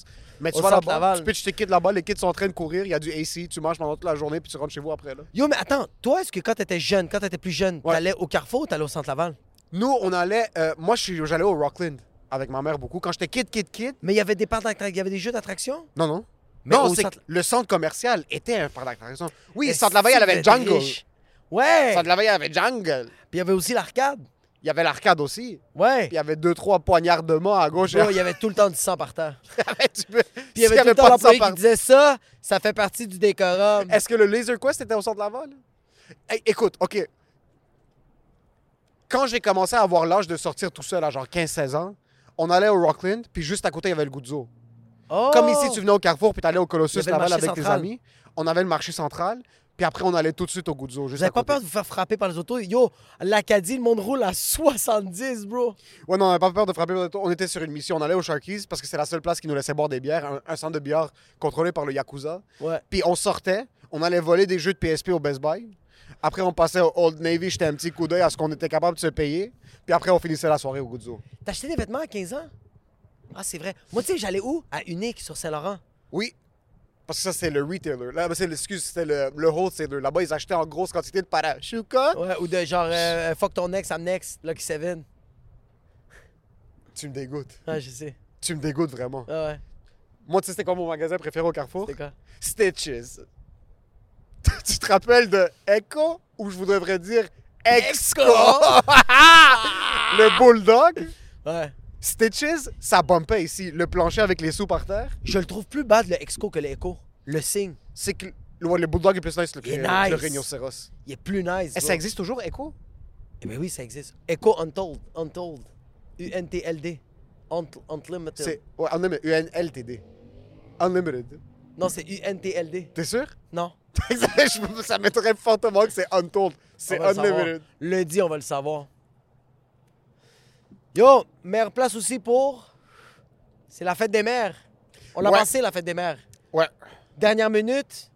C: Mais tu
B: Au
C: vas
B: centre
C: là-bas,
B: Laval.
C: tu pitches tes kids là-bas, les kids sont en train de courir, il y a du AC, tu manges pendant toute la journée puis tu rentres chez vous après là.
B: Yo, mais attends, toi, est-ce que quand t'étais jeune, quand t'étais plus jeune,
C: Ouais.
B: t'allais au Carrefour ou t'allais au Centre Laval?
C: Nous, on allait euh, moi je suis- j'allais au Rockland avec ma mère beaucoup quand j'étais kid kid kid.
B: Mais il y avait des parcs d'attra- il y avait des jeux d'attraction?
C: Non non.
B: Mais
C: non,
B: au
C: c'est
B: centre-
C: que le centre commercial était un parc d'attractions. Oui, le
B: Est-ce
C: centre Laval, il y
B: que
C: avait
B: vous êtes
C: Jungle.
B: riches? Ouais!
C: Centre Laval, il y avait Jungle.
B: Puis il y avait aussi l'arcade.
C: Il y avait l'arcade aussi.
B: Ouais.
C: Puis il y avait deux, trois poignards de mort à gauche. et à
B: Bro, il y avait tout le temps du sang par terre.
C: droite. Tu peux-
B: Puis il y
C: s'il
B: avait tout le temps
C: pas de sang
B: l'employé
C: par-
B: qui disait ça, ça fait partie du décorum.
C: Est-ce que le Laser Quest était au centre Laval? Hey, écoute, OK. Quand j'ai commencé à avoir l'âge de sortir tout seul à genre 15-16 ans, on allait au Rockland, puis juste à côté, il y avait le Guzzo.
B: Oh!
C: Comme ici, tu venais au Carrefour, puis t'allais au Colossus
B: Il y avait le
C: Laval
B: marché
C: avec tes
B: central.
C: amis. On avait le marché central, puis après, on allait tout de suite au Guzzo. Juste
B: Vous avez
C: à
B: pas
C: côté.
B: peur de vous faire frapper par les autos? Yo, l'Acadie, le monde roule à 70, bro.
C: Ouais, non, on n'avait pas peur de frapper. le- On était sur une mission. On allait au Sharkies parce que c'est la seule place qui nous laissait boire des bières, un, un centre de billard contrôlé par le Yakuza.
B: Ouais.
C: Puis on sortait, on allait voler des jeux de PSP au Best Buy. Après, on passait au Old Navy, jetait un petit coup d'œil à ce qu'on était capable de se payer. Puis après, on finissait la soirée au Guzzo.
B: T'as acheté des vêtements à 15 ans? Ah, c'est vrai. Moi, tu sais, j'allais où? À Unique, sur Saint-Laurent.
C: Oui, parce que ça, c'est le retailer. Là, c'est l'excuse, c'est le, le wholesaler. Là-bas, ils achetaient en grosse quantité de parachuca.
B: Ouais, ou de genre, euh, fuck ton ex, I'm next, Lucky Seven.
C: Tu me dégoûtes.
B: Ah, je sais.
C: Tu me dégoûtes vraiment.
B: Ah ouais,
C: Moi, tu sais, c'était quoi mon magasin préféré au Carrefour?
B: c'est quoi?
C: Stitches. tu te rappelles de Echo ou je vous devrais dire Exco? le bulldog?
B: Ouais.
C: Stitches, ça bumpait ici. Le plancher avec les sous par terre.
B: Je le trouve plus bad, le Exco, que le Echo. Le signe,
C: C'est que le, le bulldog est plus nice que le,
B: Il est
C: que le
B: nice. Eh,
C: rhinocéros.
B: il est plus nice.
C: Et
B: bro.
C: ça existe toujours, Echo?
B: Eh ben oui, ça existe. Echo Untold. Untold. U-N-T-L-D. Unt- Unlimited.
C: C'est ouais, Unlimited. UNLTD. Unlimited.
B: Non, c'est U-N-T-L-D.
C: T'es sûr?
B: Non.
C: Je- ça m'étonnerait fortement que c'est Untold. C'est
B: On va le savoir.
C: Unlimited.
B: Lundi, on va le savoir. Yo, meilleure place aussi pour. C'est la fête des mères. On l'a
C: Ouais.
B: passé, la fête des mères.
C: Ouais.
B: Dernière minute,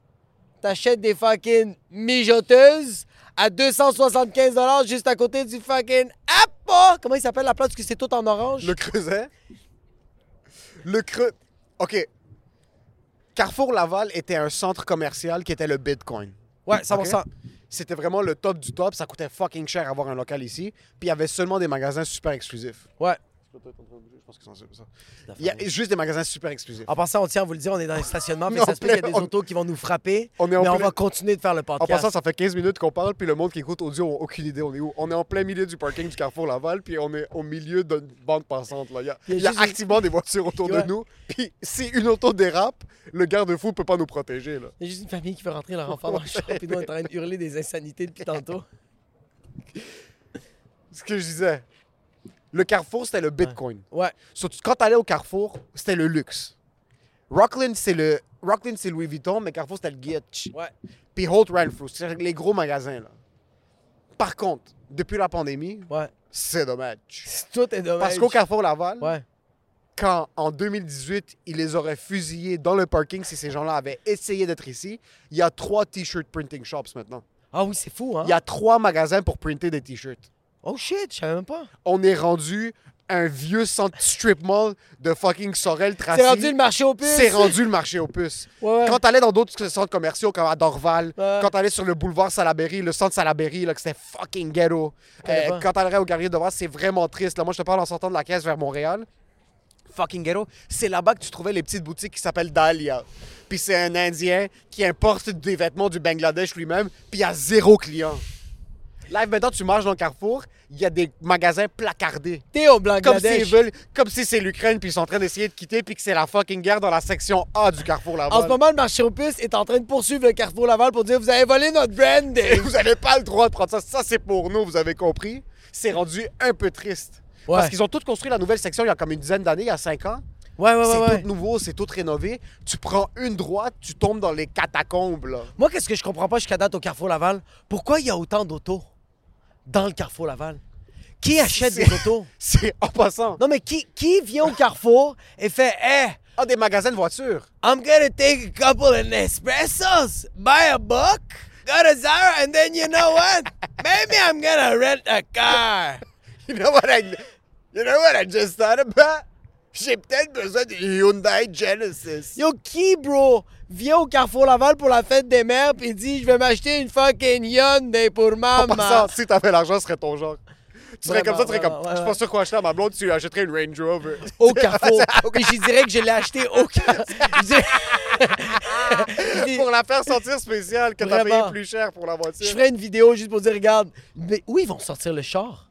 B: t'achètes des fucking mijoteuses à 275 juste à côté du fucking Apple. Comment il s'appelle la place que c'est tout en orange?
C: Le creuset. Le creux. OK. Carrefour Laval était un centre commercial qui était le Bitcoin.
B: Ouais, 100%.
C: OK? C'était vraiment le top du top. Ça coûtait fucking cher avoir un local ici. Puis il y avait seulement des magasins super exclusifs.
B: Ouais.
C: Je pense que c'est ça. Il y a juste des magasins super exclusifs.
B: En passant, on tient à vous le dire, on est dans les stationnements, mais
C: On
B: ça se peut qu'il y a
C: est-
B: des
C: on-
B: autos qui vont nous frapper.
C: on est en
B: mais on
C: plein-
B: va continuer de faire le
C: En
B: podcast.
C: passant, ça fait 15 minutes qu'on parle, puis le monde qui écoute audio n'a aucune idée on est où. On est en plein milieu du parking du Carrefour Laval, puis on est au milieu d'une bande passante. Là. Il y a,
B: Il y a
C: il y a
B: juste-
C: activement des voitures autour de
B: Ouais.
C: nous, puis si une auto dérape, le garde-fou peut pas nous protéger. Là.
B: Il y a juste une famille qui veut rentrer leur enfant dans le char, puis nous, on est en train de hurler des insanités depuis tantôt.
C: Ce que je disais, le Carrefour, c'était le Bitcoin.
B: Ouais.
C: So, tu- quand t'allais au Carrefour, c'était le luxe. Rockland, c'est le Rockland, c'est Louis Vuitton, mais Carrefour, c'était le Gucci.
B: Ouais.
C: Puis Holt Renfrew, c'est les gros magasins. Là. Par contre, depuis la pandémie,
B: Ouais.
C: c'est dommage.
B: Tout est dommage.
C: Parce qu'au Carrefour Laval,
B: Ouais.
C: quand en 2018, ils les auraient fusillés dans le parking si ces gens-là avaient essayé d'être ici, il y a trois T-shirt printing shops maintenant.
B: Ah oui, c'est fou, hein?
C: Il y a trois magasins pour printer des T-shirts.
B: Oh shit, je savais même pas.
C: On est rendu un vieux centre strip mall de fucking Sorel Tracy.
B: C'est rendu le marché aux puces.
C: Ah, C'est rendu le marché aux puces.
B: Ouais, ouais.
C: Quand t'allais dans d'autres centres commerciaux, comme à Dorval,
B: Ouais.
C: quand t'allais sur le boulevard Salaberry, le centre Salaberry, là, que c'était fucking ghetto.
B: connais
C: Euh,
B: pas.
C: quand t'allais au Galerie de Dorval, c'est vraiment triste. Là, moi, je te parle en sortant de la caisse vers Montréal. Fucking ghetto. C'est là-bas que tu trouvais les petites boutiques qui s'appellent Dahlia. Puis c'est un Indien qui importe des vêtements du Bangladesh lui-même, puis il y a zéro client. Là, maintenant, tu marches dans le Carrefour, il y a des magasins placardés.
B: T'es au
C: Comme s'ils
B: Bangladesh.
C: veulent, comme si c'est l'Ukraine, puis ils sont en train d'essayer de quitter, puis que c'est la fucking guerre dans la section A du Carrefour là-bas.
B: En ce moment, le marché aux puces est en train de poursuivre le Carrefour Laval pour dire Vous avez volé notre brand.
C: Et vous n'avez pas le droit de prendre ça. Ça, c'est pour nous, vous avez compris. C'est rendu un peu triste.
B: Ouais.
C: Parce qu'ils ont tous construit la nouvelle section il y a comme une dizaine d'années, il y a cinq ans.
B: Ouais, ouais,
C: c'est
B: ouais. ouais.
C: tout nouveau, c'est tout rénové. Tu prends une droite, tu tombes dans les catacombes. là.
B: Moi, qu'est-ce que je comprends pas jusqu'à date au Carrefour Laval? Pourquoi il y a autant d'autos dans le Carrefour Laval? Qui achète des autos?
C: C'est en passant.
B: Non, mais qui, qui vient au Carrefour et fait eh, Hey,
C: Ah, des magasins de voitures.
B: I'm gonna take a couple of Nespressos, buy a book, go to Zara, and then you know what? Maybe I'm gonna rent a car.
C: You know what I, you know what I just thought about? J'ai peut-être besoin d'une Hyundai Genesis.
B: Yo, qui, bro, vient au Carrefour Laval pour la fête des mères pis dit je vais m'acheter une fucking Hyundai pour
C: En passant,
B: maman.
C: si t'avais l'argent, ce serait ton genre. Tu serais
B: Vraiment,
C: comme ça, tu serais comme.
B: vraiment, ouais,
C: Je suis
B: ouais.
C: pas sûr quoi acheter à ma blonde, tu lui achèterais une Range Rover.
B: Au Carrefour. Et je dirais que je l'ai acheté au Carrefour. Je dirais- Je dis-
C: pour la faire sentir spéciale, que t'as payé
B: Vraiment.
C: plus cher pour la voiture.
B: Je ferais une vidéo juste pour dire regarde, mais où ils vont sortir le char?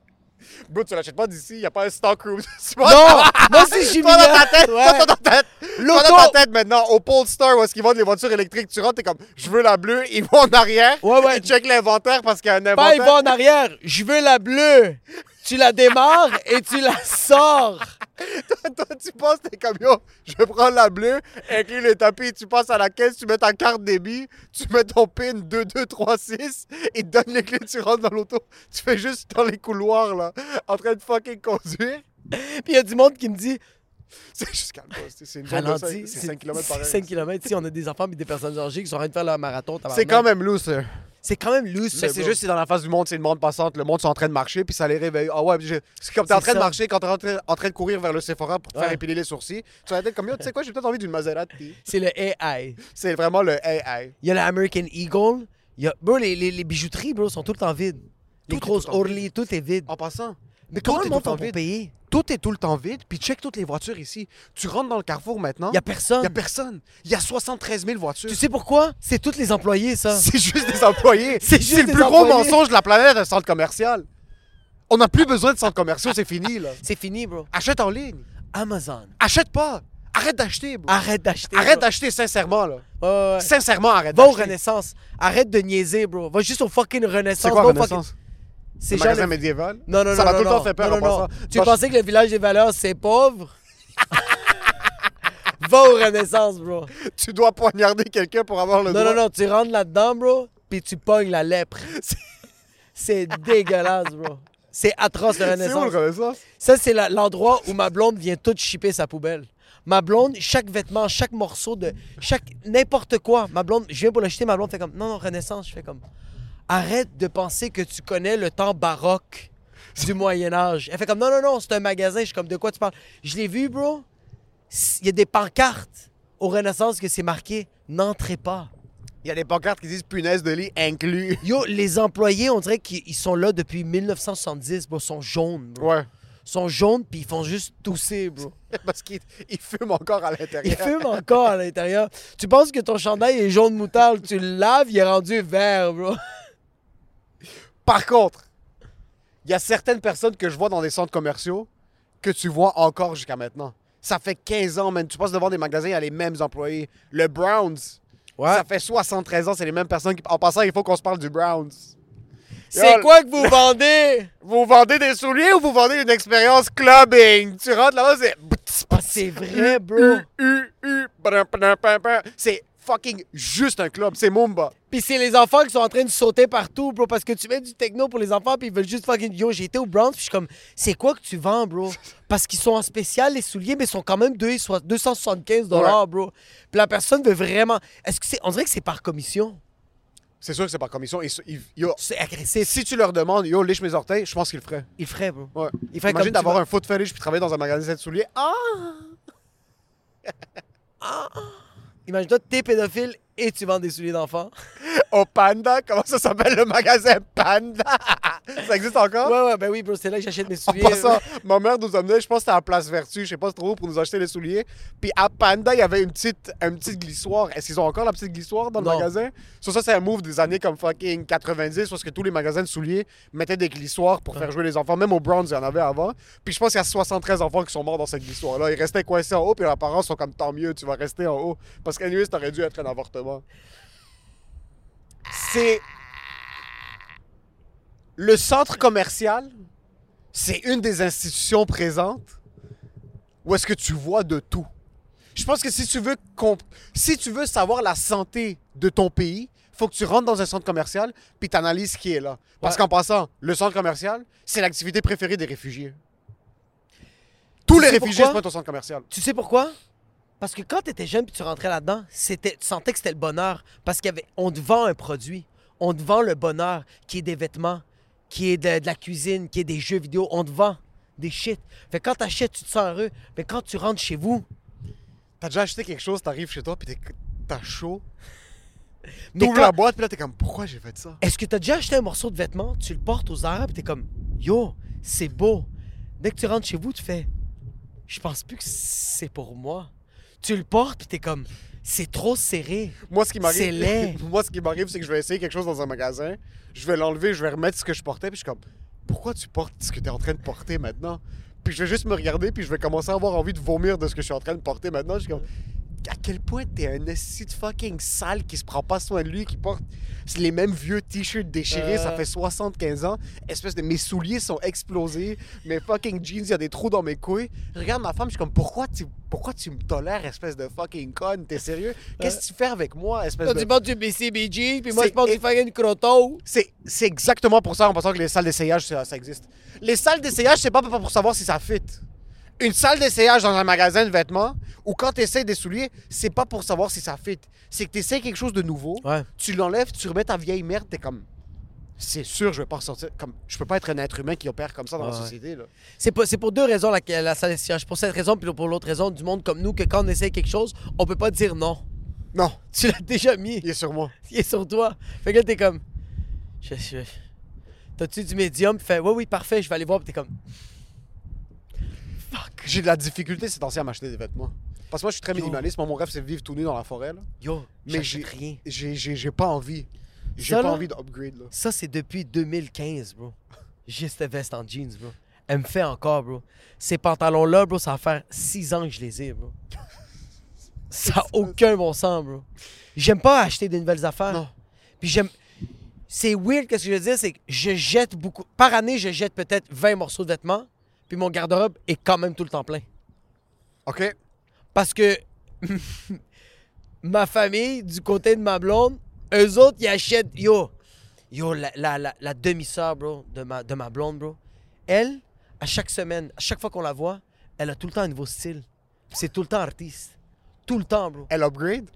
C: Bro, tu l'achètes pas d'ici, y a pas un stock room. Tu vas-
B: Non! Moi, si je suis
C: Oh! Toi dans
B: milliardaire,
C: ta tête,
B: ouais.
C: toi dans ta tête, toi
B: L'auto-
C: dans ta tête maintenant, au Polestar où est-ce qu'ils vendent les voitures électriques, tu rentres, t'es comme, je veux la bleue, ils vont en arrière,
B: Ouais, ouais.
C: ils checkent l'inventaire parce qu'il y a un
B: Pas il
C: inventaire.
B: va en arrière. Je veux la bleue. Tu la démarres et tu la sors.
C: Toi, tu passes, t'es comme, yo, je prends la bleue, inclus le tapis, tu passes à la caisse, tu mets ta carte débit, tu mets ton PIN 2236, ils te donnent les clés, tu rentres dans l'auto, tu fais juste dans les couloirs, là, en train de fucking conduire.
B: Puis il y a du monde qui me dit
C: C'est juste calme, toi, c'est c'est une zone de cinq-
B: ralentis.
C: c'est 5 km par heure.
B: 5 km. Si on a des enfants et des personnes âgées qui sont en train de faire leur marathon,
C: C'est
B: tabarnak.
C: quand même loser.
B: C'est quand même loose.
C: Mais
B: ce
C: c'est
B: bro.
C: juste, c'est dans la face du monde, c'est une bande passante. Le monde sont en train de marcher, puis ça les réveille. Ah ouais, puis j'ai- c'est comme t'es en
B: C'est
C: train de
B: ça.
C: marcher quand t'es en train, en train de courir vers le Sephora pour te faire
B: Ouais.
C: épiler les sourcils. Tu vas être comme, yo, tu sais quoi, j'ai peut-être envie d'une Maserati.
B: C'est le AI.
C: C'est vraiment le AI.
B: Il y a l'American Eagle. Il y a... Bro, les, les- les bijouteries, bro, sont tout le temps vides.
C: Tout
B: Les
C: est
B: grosses
C: tout le temps vide.
B: Orly, tout est vide.
C: En passant,
B: Mais
C: tout
B: comment
C: est
B: le
C: tout
B: monde
C: le temps
B: fait pour
C: vide.
B: payer?
C: tout est tout le temps vide, puis check toutes les voitures ici. Tu rentres dans le carrefour maintenant,
B: Il n'y a
C: il
B: personne.
C: y a personne. Il y a 73 000 voitures.
B: Tu sais pourquoi? C'est tous les employés, ça.
C: C'est juste des employés.
B: C'est juste
C: C'est le
B: des
C: plus gros
B: employés.
C: mensonge de la planète, un centre commercial. On n'a plus besoin de centres commerciaux, c'est fini, là.
B: C'est fini, bro.
C: Achète en ligne.
B: Amazon.
C: Achète pas. Arrête d'acheter, bro.
B: Arrête d'acheter.
C: Arrête
B: bro.
C: d'acheter sincèrement, là.
B: Ouais, ouais.
C: Sincèrement, arrête
B: Va au
C: d'acheter.
B: Renaissance. Arrête de niaiser, bro. Va juste au fucking Renaissance.
C: C'est quoi
B: Va au fucking-
C: Renaissance?
B: C'est
C: C'est
B: genre
C: magasin
B: le-
C: médiéval?
B: Non, non, non.
C: Ça m'a
B: non,
C: tout le
B: non.
C: temps fait peur
B: Non,
C: en
B: non, non.
C: passant.
B: Tu
C: Moi, je-
B: pensais que le village des valeurs, c'est pauvre? Va au Renaissance, bro.
C: Tu dois poignarder quelqu'un pour avoir le
B: Non,
C: droit.
B: non, non. Tu rentres là-dedans, bro, puis tu pognes la lèpre. C'est dégueulasse, bro. C'est atroce, le
C: C'est où
B: Renaissance.
C: le Renaissance?
B: Ça, c'est la- l'endroit où ma blonde vient tout chipper sa poubelle. Ma blonde, chaque vêtement, chaque morceau de. chaque N'importe quoi. Ma blonde, je viens pour l'acheter, ma blonde fait comme. Non, non, Renaissance. Je fais comme. Arrête de penser que tu connais le temps baroque du Moyen-Âge. Elle fait comme. Non, non, non, c'est un magasin. Je suis comme. De quoi tu parles? Je l'ai vu, bro. Il y a des pancartes au Renaissance que c'est marqué N'entrez pas.
C: Il y a des pancartes qui disent punaise de lit inclus.
B: Yo, les employés, on dirait qu'ils ils sont là depuis 1970, bro. sont jaunes, bro.
C: Ouais.
B: sont jaunes, puis ils font juste tousser, bro.
C: Parce qu'ils ils fument encore à
B: Il
C: l'intérieur.
B: fume encore à l'intérieur. Tu penses que ton chandail est jaune moutarde, tu le laves, il est rendu vert, bro.
C: Par contre, il y a certaines personnes que je vois dans des centres commerciaux que tu vois encore jusqu'à maintenant. Ça fait 15 ans, man. Tu passes devant des magasins, il y a les mêmes employés. Le Browns, ça fait 73 ans, c'est les mêmes personnes. Qui... En passant, il faut qu'on se parle du Browns.
B: C'est
C: Yo,
B: quoi que vous vendez?
C: Vous vendez des souliers ou vous vendez une expérience clubbing? Tu rentres là-bas, c'est...
B: Ah, c'est vrai, bro.
C: U, U, U, badum, badum, badum, badum. C'est fucking juste un club. C'est Mumba.
B: Puis c'est les enfants qui sont en train de sauter partout, bro, parce que tu mets du techno pour les enfants, puis ils veulent juste fucking. Yo, j'ai été au Browns, puis je suis comme, c'est quoi que tu vends, bro? Parce qu'ils sont en spécial, les souliers, mais ils sont quand même 2, soit 275 bro. Puis la personne veut vraiment. Est-ce que c'est. On dirait que c'est par commission.
C: C'est sûr que c'est par commission. Ils- ils- yo,
B: C'est agressif.
C: si tu leur demandes, yo, liche mes orteils, je pense qu'ils le feraient.
B: Il ferait, bro.
C: Ouais.
B: Il ferait comme
C: Imagine
B: tu
C: d'avoir
B: vas-
C: un foot fetish puis travailler dans un magasin de souliers. Ah!
B: Imagine-toi, t'es pédophile et tu vends des souliers d'enfants.
C: Au Oh, Panda, comment ça s'appelle le magasin Panda? ça existe encore?
B: Ouais, ouais, ben oui, bro, c'est là que j'achète mes
C: En
B: souliers.
C: passant, ma mère nous amenait, je pense que c'était à Place Vertu, je sais pas trop, où, pour nous acheter les souliers. Puis à Panda, il y avait une petite, un petit glissoire. Est-ce qu'ils ont encore la petite glissoire dans le
B: Non.
C: magasin? Ça, ça c'est un move des années comme fucking 90, parce que tous les magasins de souliers mettaient des glissoirs pour faire jouer les enfants. Même au Browns, il y en avait avant. Puis je pense qu'il y a 73 enfants qui sont morts dans cette glissoire-là. Ils restaient coincés en haut, puis leurs parents sont comme tant mieux, tu vas rester en haut. Parce qu'anyway, t'aurais dû être un avortement. C'est. Le centre commercial c'est une des institutions présentes où est-ce que tu vois de tout. Je pense que si tu veux comp- si tu veux savoir la santé de ton pays, faut que tu rentres dans un centre commercial puis t'analyses ce qui est là. Parce
B: Ouais.
C: qu'en passant, le centre commercial, c'est l'activité préférée des réfugiés. Tous
B: Tu
C: les
B: sais
C: réfugiés se
B: pourquoi?
C: pointent au centre commercial.
B: Tu sais pourquoi? Parce que quand t'étais jeune puis tu rentrais là-dedans, c'était, tu sentais que c'était le bonheur. Parce qu'il y avait, on te vend un produit. On te vend le bonheur qui est des vêtements, qui est de, de la cuisine, qui est des jeux vidéo. On te vend des shit. Fait que quand t'achètes, tu te sens heureux. Mais quand tu rentres chez vous,
C: T'as déjà acheté quelque chose, t'arrives chez toi puis t'es- t'as chaud,
B: mais
C: t'ouvres
B: quand-
C: la boîte puis là t'es comme pourquoi j'ai fait ça
B: Est-ce que t'as déjà acheté un morceau de vêtement, tu le portes aux arabes, t'es comme Yo, c'est beau. Dès que tu rentres chez vous, tu fais Je pense plus que c'est pour moi. Tu le portes, puis t'es comme C'est trop serré.
C: Moi, ce qui
B: C'est laid.
C: m'arrive, moi, ce qui m'arrive, c'est que je vais essayer quelque chose dans un magasin, je vais l'enlever, je vais remettre ce que je portais, puis je suis comme, pourquoi tu portes ce que tu es en train de porter maintenant? Puis je vais juste me regarder, puis je vais commencer à avoir envie de vomir de ce que je suis en train de porter maintenant. Je suis comme, à quel point t'es un esti de fucking sale qui se prend pas soin de lui, qui porte les mêmes vieux t-shirts déchirés,
D: Euh.
C: ça fait 75 ans. Espèce de mes souliers sont explosés, mes fucking jeans, il y a des trous dans mes couilles. Je regarde ma femme, je suis comme, pourquoi tu, pourquoi tu me tolères, espèce de fucking conne? T'es sérieux? Qu'est-ce que tu fais avec moi, espèce
B: Toi,
C: de.
B: tu portes du BCBG, puis moi,
C: C'est-
B: je porte du fucking croto.
C: C'est c'est exactement pour ça, en pensant que les salles d'essayage, ça, ça existe. Les salles d'essayage, c'est pas pour pour savoir si ça fit. Une salle d'essayage dans un magasin de vêtements, ou quand tu essaies des souliers, c'est pas pour savoir si ça fit. C'est que tu essaies quelque chose de nouveau,
B: Ouais.
C: tu l'enlèves, tu remets ta vieille merde, t'es comme. C'est sûr, je vais pas ressortir. Comme, je peux pas être un être humain qui opère comme ça dans
B: Ouais,
C: la
B: ouais.
C: société. Là.
B: C'est pas- c'est pour deux raisons, la, la salle d'essayage. Pour cette raison, puis pour l'autre raison, du monde comme nous, que quand on essaie quelque chose, on peut pas dire non.
C: Non,
B: Tu l'as déjà mis.
C: il est sur moi.
B: Il est sur toi. Fait que là, t'es comme. Je, je- T'as-tu du médium? Puis fait, oui, oui, parfait, je vais aller voir. Puis t'es comme.
C: J'ai de la difficulté ces temps-ci à m'acheter des vêtements. Parce que moi, je suis très
B: Yo.
C: minimaliste. Moi, mon rêve, c'est de vivre tout nu dans la forêt. là.
B: Yo,
C: Mais
B: mais
C: j'ai-
B: j'ai rien.
C: J'ai- J'ai j'ai pas envie. J'ai
B: Ça,
C: pas
B: là?
C: envie d'upgrade. là.
B: Ça, c'est depuis 2015, bro. J'ai cette veste en jeans, bro. Elle me fait encore, bro. Ces pantalons-là, bro, ça va faire 6 ans que je les ai, bro. Ça n'a aucun bon sens, bro. J'aime pas acheter de nouvelles affaires.
C: Non.
B: Puis j'aime. C'est weird, qu'est-ce que je veux dire, c'est que je jette beaucoup. Par année, je jette peut-être 20 morceaux de vêtements, puis mon garde-robe est quand même tout le temps plein.
C: OK?
B: Parce que ma famille, du côté de ma blonde, eux autres, ils achètent. Yo, yo la, la- la- la demi-sœur, bro, de ma, de ma blonde, bro. Elle, à chaque semaine, à chaque fois qu'on la voit, elle a tout le temps un nouveau style. Puis C'est tout le temps artiste. Tout le temps, bro.
C: Elle upgrade?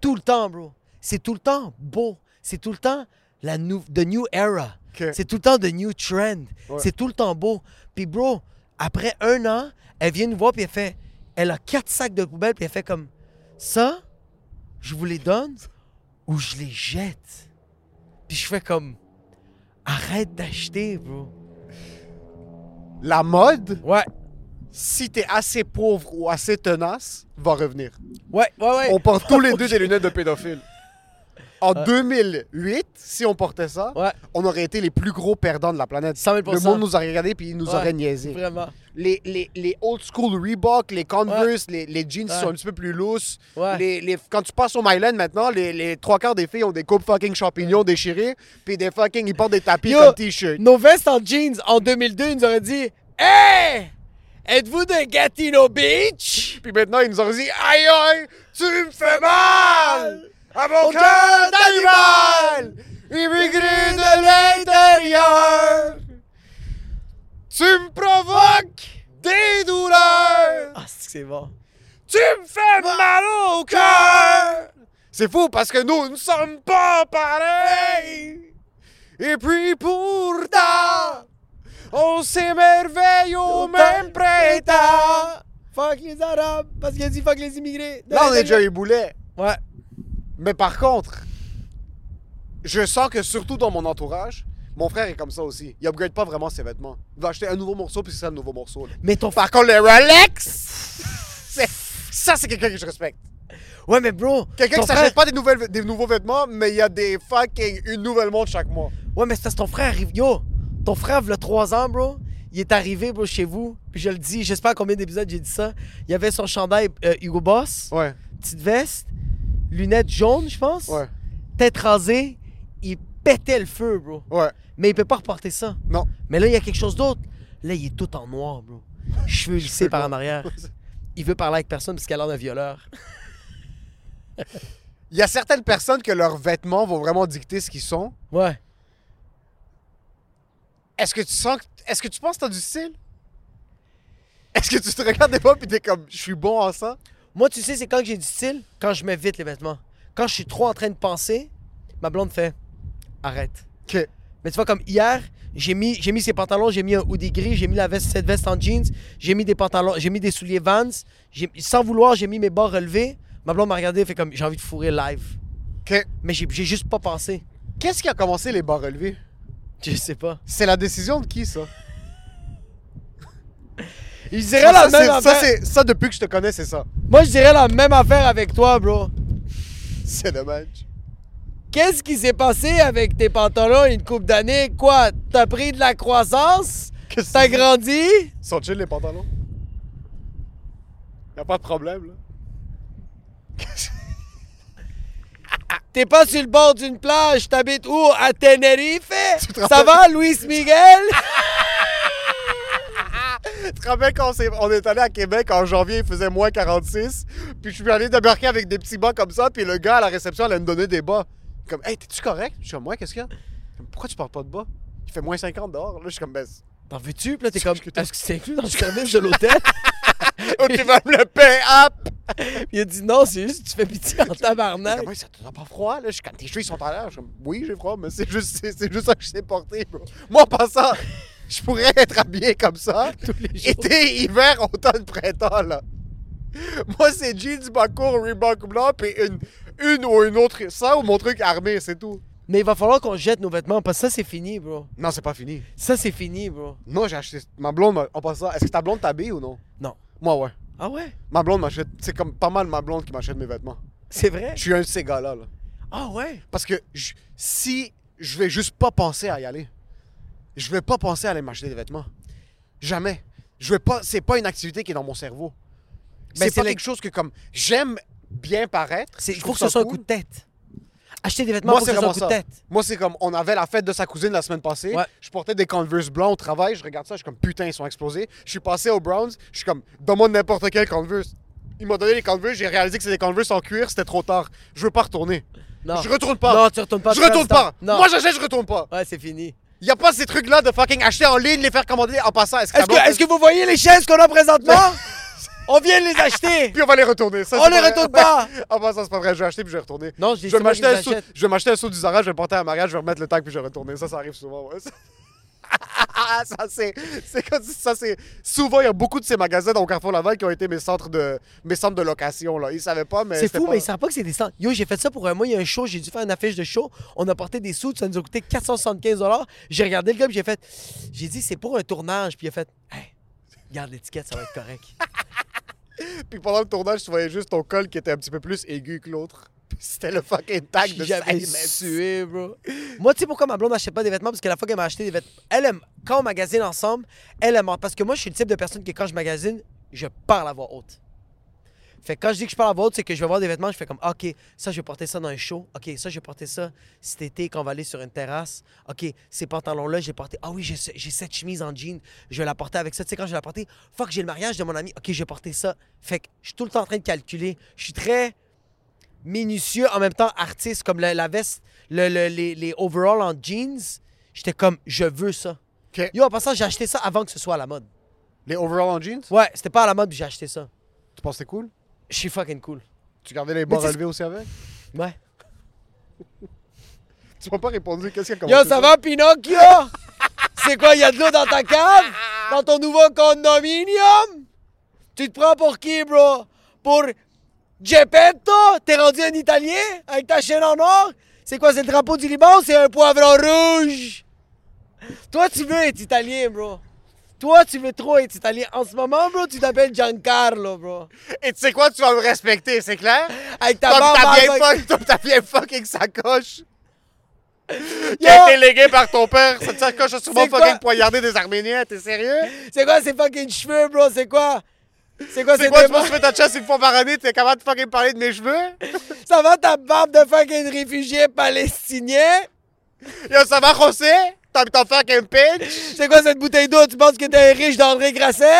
B: Tout le temps, bro. C'est tout le temps beau. C'est tout le temps la nou- the new era.
C: Ok.
B: C'est tout le temps the new trend.
C: Ouais.
B: C'est tout le temps beau. Puis, bro, après un an, elle vient nous voir, puis elle fait. Elle a quatre sacs de poubelle, puis elle fait comme ça, je vous les donne ou je les jette. Puis je fais comme arrête d'acheter, bro.
C: La mode,
B: Ouais,
C: si t'es assez pauvre ou assez tenace, va revenir.
B: ouais, ouais, ouais.
C: On porte tous les deux des lunettes de pédophile. En 2008, si on portait ça,
B: Euh. Ouais,
C: on aurait été les plus gros perdants de la planète.
B: 100 000
C: Le monde nous aurait regardé puis il nous
B: Ouais.
C: aurait niaisé.
B: vraiment.
C: Les, les, les old school Reebok, les Converse, les, les jeans qui
B: Ouais.
C: sont un petit peu plus lousses.
B: Ouais.
C: Les, les- quand tu passes au Myland maintenant, les, les trois quarts des filles ont des coupes fucking champignons déchirées puis des fucking, ils portent des tapis
B: Yo,
C: comme t-shirt.
B: Nos vestes en jeans en 2002, ils nous auraient dit Hey! Êtes-vous de Gatineau Beach?
C: Puis maintenant, ils nous ont dit Aïe aïe, tu me fais mal À mon
B: Au
C: cœur
B: cœur
C: d'animal Immigré de l'intérieur Tu me provoques des douleurs
B: Ah, c'est que c'est bon.
C: Tu me fais mal au cœur C'est fou parce que nous ne sommes pas pareils Et puis pourtant On s'émerveille au même printemps
B: Fuck les Arabes, parce qu'il a dit fuck les immigrés.
C: Là, on est Jerry Boulet
B: Ouais.
C: Mais par contre, je sens que surtout dans mon entourage, mon frère est comme ça aussi. Il upgrade pas vraiment ses vêtements. Il va acheter un nouveau morceau, puis c'est ça le nouveau morceau. là.
B: Mais ton
C: Par contre, le Rolex, c'est- ça, c'est quelqu'un que je respecte.
B: Ouais, mais bro.
C: Quelqu'un
B: ton
C: qui s'achète pas des, nouvelles, des nouveaux vêtements, mais il y a des fucking une nouvelle montre chaque mois.
B: Ouais, mais c'est parce que ton frère arrive. Yo, ton frère, il a 3 ans, bro. Il est arrivé, bro, chez vous. Puis je le dis, j'espère combien d'épisodes j'ai dit ça. Il avait son chandail euh, Hugo Boss,
C: Ouais,
B: petite veste, lunettes jaunes, je pense.
C: ouais,
B: Tête rasée. Il pétait le feu, bro.
C: ouais.
B: Mais il peut pas reporter ça.
C: Non.
B: Mais là, il y a quelque chose d'autre. Là, il est tout en noir, bro. Cheveux lissés par en arrière. Il veut parler avec personne parce qu'il a l'air d'un violeur.
C: Il y a certaines personnes que leurs vêtements vont vraiment dicter ce qu'ils sont.
B: Ouais.
C: Est-ce que tu sens que... Est-ce que tu penses que t'as du style? Est-ce que tu te regardes des fois puis t'es comme, je suis bon en ça?
B: Moi, tu sais, c'est quand que j'ai du style, quand je mets vite les vêtements. Quand je suis trop en train de penser, ma blonde fait arrête.
C: Ok.
B: Mais tu vois, comme hier, j'ai mis, j'ai mis ces pantalons, j'ai mis un hoodie gris, j'ai mis la veste, cette veste en jeans, j'ai mis des pantalons, j'ai mis des souliers Vans, j'ai- sans vouloir, j'ai mis mes bas relevés. Ma blonde m'a regardé, fait comme j'ai envie de fourrer live.
C: Ok.
B: Mais j'ai j'ai juste pas pensé.
C: Qu'est-ce qui a commencé les bas relevés?
B: Je sais pas.
C: C'est la décision de qui, ça?
B: Je dirais la
C: ça,
B: même
C: c'est- ça,
B: affaire.
C: c'est- ça, depuis que je te connais, c'est ça.
B: Moi, je dirais la même affaire avec toi, bro.
C: C'est dommage.
B: Qu'est-ce qui s'est passé avec tes pantalons une coupe d'années? Quoi? T'as pris de la croissance?
C: Qu'est-ce
B: T'as
C: que-
B: grandi?
C: Ils sont chill, les pantalons. Y a pas de problème, là.
B: T'es pas sur le bord d'une plage? T'habites où? À Tenerife?
C: te
B: Ça
C: rappelles-
B: va, Luis Miguel?
C: Tu te rappelles quand on, s'est- on est allé à Québec en janvier, il faisait moins 46, puis je suis allé débarquer avec des petits bas comme ça, puis le gars à la réception allait me donner des bas. Comme, hey, t'es-tu correct? Je suis comme, moi, qu'est-ce qu'il y a? Comme, Pourquoi tu portes pas de bas? Il fait moins 50 dehors. Là, je suis comme, ben, c'est-
B: T'en veux-tu? Puis là, t'es
C: C'est
B: comme,
C: ce que t'as-
B: est-ce que c'est inclus dans le service de l'hôtel?
C: oh, tu vas me le payer up!
B: Il a dit non, c'est juste que tu fais pitié en
C: Mais
B: tabarnak.
C: Comment ça te donne pas froid? Là? Je suis comme, tes cheveux ils sont à l'air. Je suis comme, oui, j'ai froid, mais c'est juste, c'est, c'est juste ça que je sais porter. bro. Moi, en passant, je pourrais être habillé comme ça.
B: Tous les jours.
C: Été, hiver, automne, printemps, là. Moi, c'est jeans, bas court, Reebok blanc, puis une, une ou une autre, ça ou mon truc armé, c'est tout.
B: Mais il va falloir qu'on jette nos vêtements parce que ça, c'est fini, bro.
C: Non, c'est pas fini.
B: Ça, c'est fini, bro.
C: Non, j'ai acheté. Ma blonde, m'a- en passant, est-ce que ta blonde t'habille ou non?
B: Non.
C: Moi, ouais.
B: Ah ouais?
C: Ma blonde m'achète. C'est comme pas mal ma blonde qui m'achète mes vêtements.
B: C'est vrai?
C: Je suis un de ces gars-là, là.
B: Ah ouais?
C: Parce que je- si je vais juste pas penser à y aller, je vais pas penser à aller m'acheter des vêtements. Jamais. Je vais pas. C'est pas une activité qui est dans mon cerveau.
B: Ben,
C: c'est
B: c'est
C: pas
B: le-
C: quelque chose que comme j'aime bien paraître.
B: C'est-
C: je
B: Il faut
C: trouve
B: que ce
C: ça
B: soit un
C: cool.
B: coup de tête. Acheter des vêtements
C: Moi
B: pour
C: c'est
B: que ce soit
C: vraiment
B: un coup
C: ça.
B: de tête.
C: Moi c'est comme on avait la fête de sa cousine la semaine passée.
B: Ouais.
C: Je portais des Converse blancs au travail. Je regarde ça, je suis comme putain ils sont explosés. Je suis passé aux Browns. Je suis comme donne-moi n'importe quel Converse. Ils m'ont donné les Converse. J'ai réalisé que c'est des Converse en cuir. C'était trop tard. Je veux pas retourner.
B: Non.
C: Je retourne pas.
B: Non, tu retournes pas.
C: je
B: tu
C: retourne
B: restes en-
C: pas.
B: Non.
C: Moi j'achète, je retourne pas.
B: Ouais, c'est fini.
C: Y a pas ces trucs-là de fucking acheter en ligne, les faire commander en passant. Est-ce que,
B: Est-ce
C: ta blonde-
B: que, est-ce que vous voyez les chaises qu'on a présentement? On vient de les acheter.
C: Puis on va les retourner. Ça,
B: On
C: c'est
B: les
C: vrai.
B: retourne pas.
C: En passant, c'est pas vrai. Je vais acheter puis je vais retourner.
B: Non, je
C: Je
B: dis
C: vais
B: c'est moi qui
C: m'acheter
B: les
C: un saut-
B: achète.
C: je vais m'acheter un saut du Zara, je vais le porter à un mariage, je vais remettre le tag puis je vais retourner. Ça, ça arrive souvent. ouais. ça, c'est. C'est comme si- ça, c'est. Souvent, il y a beaucoup de ces magasins dans le Carrefour Laval qui ont été mes centres de, mes centres de location. Là. Ils savaient pas, mais.
B: C'est
C: c'était
B: fou,
C: pas-
B: mais ils savent pas que c'est des cent- Yo, j'ai fait ça pour un mois. Il y a un show, j'ai dû faire une affiche de show. On a porté des sous, ça nous a coûté 475 J'ai regardé le gars, puis j'ai fait. J'ai dit, c'est pour un tournage. Puis il a fait, hey, garde l'étiquette, ça va être correct.
C: Puis pendant le tournage, tu voyais juste ton col qui était un petit peu plus aigu que l'autre. Puis C'était le fucking tag de
B: J'avais
C: Simons.
B: sué, bro. Moi, tu sais pourquoi ma blonde n'achète pas des vêtements? Parce que la fois qu'elle m'a acheté des vêtements, elle aime, quand on magasine ensemble, elle aime. Parce que moi, je suis le type de personne que quand je magasine, je parle à voix haute. Fait que quand je dis que je parle à voix haute, c'est que je vais voir des vêtements, je fais comme, Ah, OK, ça, je vais porter ça dans un show. OK, ça, je vais porter ça cet été quand on va aller sur une terrasse. OK, ces pantalons-là, j'ai porté. Ah oui, j'ai ce- j'ai cette chemise en jean. Je vais la porter avec ça. Tu sais, quand je vais la porter, fuck, j'ai le mariage de mon ami. OK, je vais porter ça. Fait que je suis tout le temps en train de calculer. Je suis très minutieux, en même temps artiste, comme la, la veste, le- le- les, les overalls en jeans. J'étais comme, je veux ça.
C: Ok.
B: Yo, en passant, j'ai acheté ça avant que ce soit à la mode.
C: Les overalls en jeans,
B: Ouais, c'était pas à la mode, puis j'ai acheté ça.
C: tu penses que c'est cool?
B: Je suis fucking cool.
C: Tu gardais les bras
B: tu sais-
C: relevés aussi avec?
B: Ouais.
C: Tu m'as pas répondu. Qu'est-ce qu'il y a comme
B: Yo, ça va, Pinocchio? C'est quoi, il y a de l'eau dans ta cave? Dans ton nouveau condominium? Tu te prends pour qui, bro? Pour Geppetto? T'es rendu un Italien avec ta chaîne en or? C'est quoi, c'est le drapeau du Liban ou c'est un poivron rouge? Toi, tu veux être Italien, bro. Toi, tu veux trop être Italien. En ce moment, bro, tu t'appelles Giancarlo, bro.
C: Et tu sais quoi, tu vas me respecter, c'est clair?
B: Avec ta
C: Comme
B: barbe...
C: ta
B: en-
C: vieille fuck, comme ta vieille fucking sacoche qui
B: Yo!
C: a été léguée par ton père. Cette sacoche a sûrement
B: C'est quoi?
C: fucking poignardé des Arméniens, t'es sérieux?
B: C'est quoi ces fucking cheveux, bro? C'est quoi? C'est quoi
C: C'est
B: ces
C: quoi, tu
B: débats?
C: penses que ta chasse une fois par année, t'es capable de fucking parler de mes cheveux?
B: Ça va ta barbe de fucking réfugié palestinien?
C: Yo, ça va, José? T'as envie de t'en faire qu'un pinch?
B: C'est quoi cette bouteille d'eau? Tu penses que t'es riche d'André Grasset?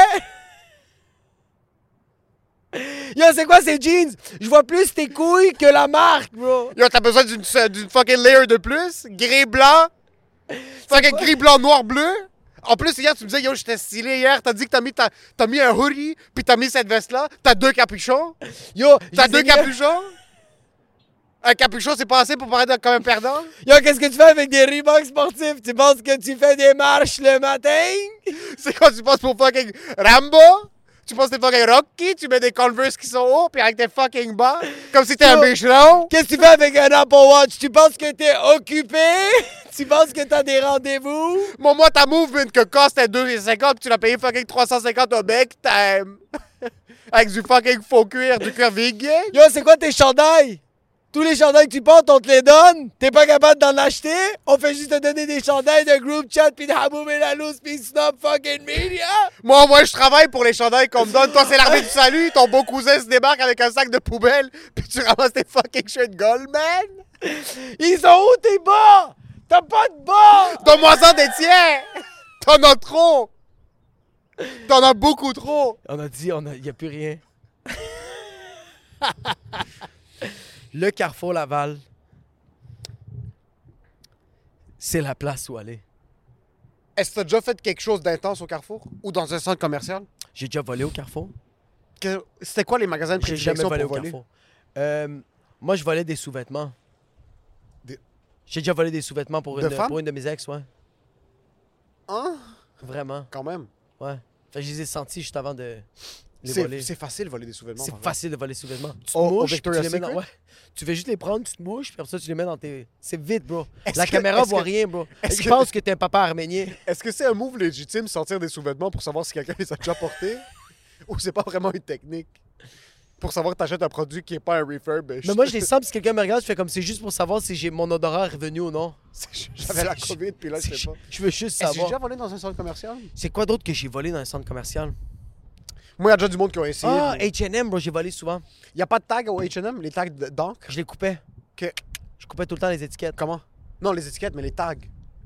B: Yo, c'est quoi ces jeans? Je vois plus tes couilles que la marque, bro.
C: Yo, t'as besoin d'une d'une fucking layer de plus? Gris, blanc? Fucking gris, blanc, noir, bleu? En plus, hier, tu me disais, yo, j'étais stylé hier. T'as dit que t'as mis, ta, t'as mis un hoodie, puis t'as mis cette veste-là. T'as deux capuchons.
B: Yo, je
C: T'as
B: les ai
C: deux
B: mis là.
C: capuchons? Un capuchon, c'est pas assez pour paraître comme un perdant?
B: Yo, qu'est-ce que tu fais avec des Reebok sportifs? Tu penses que tu fais des marches le matin?
C: C'est quoi, tu penses pour fucking Rambo? Tu penses que t'es fucking Rocky? Tu mets des Converse qui sont hauts, puis avec des fucking bas? Comme si t'étais un
B: Yo.
C: bicheron?
B: Qu'est-ce que tu fais avec un Apple Watch? Tu penses que t'es occupé? Tu penses que t'as des rendez-vous?
C: Mon moi, ta movement que cost est 2,50 puis tu l'as payé fucking 350 au mec, t'aimes. Avec du fucking faux cuir, du cuir vegan.
B: Yo, c'est quoi tes chandails? Tous les chandails que tu portes, on te les donne. T'es pas capable d'en acheter. On fait juste te donner des chandails de group chat pis de Haboum et la loose pis Snob fucking media.
C: Moi, moi, je travaille pour les chandails qu'on me donne. Toi, c'est l'armée du salut. Ton beau cousin se débarque avec un sac de poubelle, puis tu ramasses tes fucking shirts Goldman.
B: Ils sont où tes bas? T'as pas de bas!
C: Donne-moi ça des tiens. T'en as trop. T'en as beaucoup trop.
B: On a dit, on a, y a plus rien. Le Carrefour Laval, c'est la place où aller.
C: Est-ce que t'as déjà fait quelque chose d'intense au Carrefour ou dans un centre commercial?
B: J'ai déjà volé au Carrefour.
C: Que- C'était quoi les magasins de
B: J'ai jamais
C: prédilection
B: volé au
C: pour voler?
B: Carrefour. Euh, moi, je volais des sous-vêtements.
C: Des-
B: J'ai déjà volé des sous-vêtements pour,
C: De
B: une-
C: femmes?
B: pour une de mes ex, ouais.
C: Hein?
B: Vraiment,
C: Quand même.
B: ouais. Fait que je les ai sentis juste avant de les
C: C'est
B: voler.
C: c'est Oh, facile voler des sous-vêtements.
B: C'est
C: par exemple.
B: facile de voler des sous-vêtements. Tu te
C: Au- au
B: mouches, puis tu
C: Victoria's
B: les mets dans...
C: Secret?
B: ouais. Tu fais juste les prendre, tu te mouches, puis après ça, tu les mets dans tes... C'est vite, bro.
C: Est-ce
B: La
C: que-
B: caméra
C: est-ce
B: voit
C: que-
B: rien, bro.
C: est-ce
B: Ils
C: que-
B: pensent que t'es un papa arménien.
C: Est-ce que c'est un move légitime sortir des sous-vêtements pour savoir si quelqu'un les a déjà portés? ou c'est pas vraiment une technique? Pour savoir que t'achètes un produit qui est pas un refurb.
B: Mais moi, je les sens, puis si quelqu'un me regarde, je fais comme c'est juste pour savoir si j'ai mon odorat est revenu ou non.
C: J'avais la
B: c'est-
C: COVID, puis là, je
B: C'est-
C: sais pas.
B: Je veux juste
C: Est-ce que j'ai déjà
B: savoir.
C: volé dans un centre commercial?
B: C'est quoi d'autre que j'ai volé dans un centre commercial?
C: Moi, il y a déjà du monde qui a essayé.
B: Ah,
C: mais-
B: H&M, bro, j'ai volé souvent.
C: Il n'y a pas de tag au H&M, les tags de- d'encre.
B: Je les coupais.
C: Que-
B: Je coupais tout le temps les étiquettes.
C: Comment? Non, les étiquettes, mais les tags.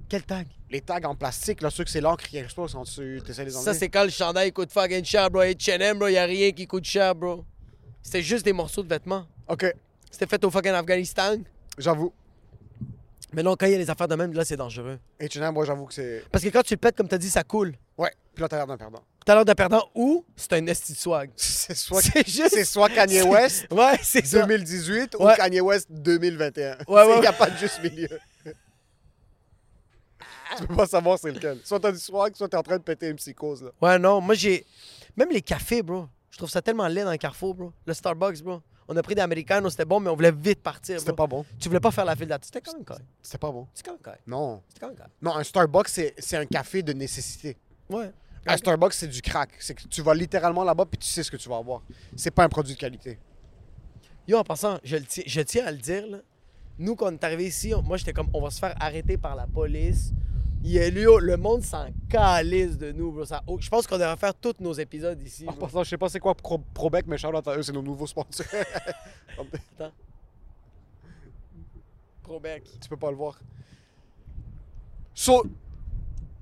B: Quel tag?
C: Les tags en plastique, là, ceux que c'est l'encre qui explose quand tu essaies de les
B: Ça,
C: enlever.
B: c'est quand le chandail coûte fucking cher, bro. H&M, bro, y a rien qui coûte cher, bro. C'était juste des morceaux de vêtements.
C: OK,
B: C'était fait au fucking Afghanistan.
C: j'avoue.
B: Mais non, quand il y a les affaires de même, là, c'est dangereux.
C: H&M, moi, j'avoue que c'est...
B: Parce que quand tu le pètes, comme t'as dit, ça coule.
C: Ouais, puis là, t'as l'air d'un perdant.
B: T'as l'air d'un perdant ou c'est un esti de swag.
C: C'est soit,
B: C'est juste-
C: c'est soit Kanye West
B: Ouais, c'est ça.
C: 2018
B: Ouais.
C: ou Kanye West 2021.
B: Ouais,
C: Il
B: ouais.
C: n'y a pas de juste milieu. tu peux pas savoir c'est lequel. Soit t'as du swag, soit t'es en train de péter une psychose, là.
B: Ouais, non, moi j'ai. Même les cafés, bro. Je trouve ça tellement laid dans le carrefour, bro. Le Starbucks, bro. On a pris des Americanos, c'était bon, mais on voulait vite partir.
C: C'était
B: bro.
C: pas bon.
B: Tu voulais pas faire la file d'attente. C'était quand même correct.
C: C'était pas bon.
B: C'était quand même correct.
C: Non.
B: C'était quand même correct.
C: Non, un Starbucks, c'est c'est un café de nécessité.
B: Ouais.
C: Un Starbucks, Ah, c'est du crack. C'est que tu vas littéralement là-bas puis tu sais ce que tu vas avoir. C'est pas un produit de qualité.
B: Yo, en passant, je, le tiens, je tiens à le dire, là. Nous, quand on est arrivé ici, on- moi j'étais comme, on va se faire arrêter par la police. Il y a lui, oh, le monde s'en calisse de nous, bro. Ça- oh, je pense qu'on devrait faire tous nos épisodes ici.
C: En
B: bro.
C: passant, je sais Ah, pas c'est quoi Pro- Probec, mais Charlotte, eux, c'est nos nouveaux sponsors.
B: Probec.
C: tu peux pas le voir. So,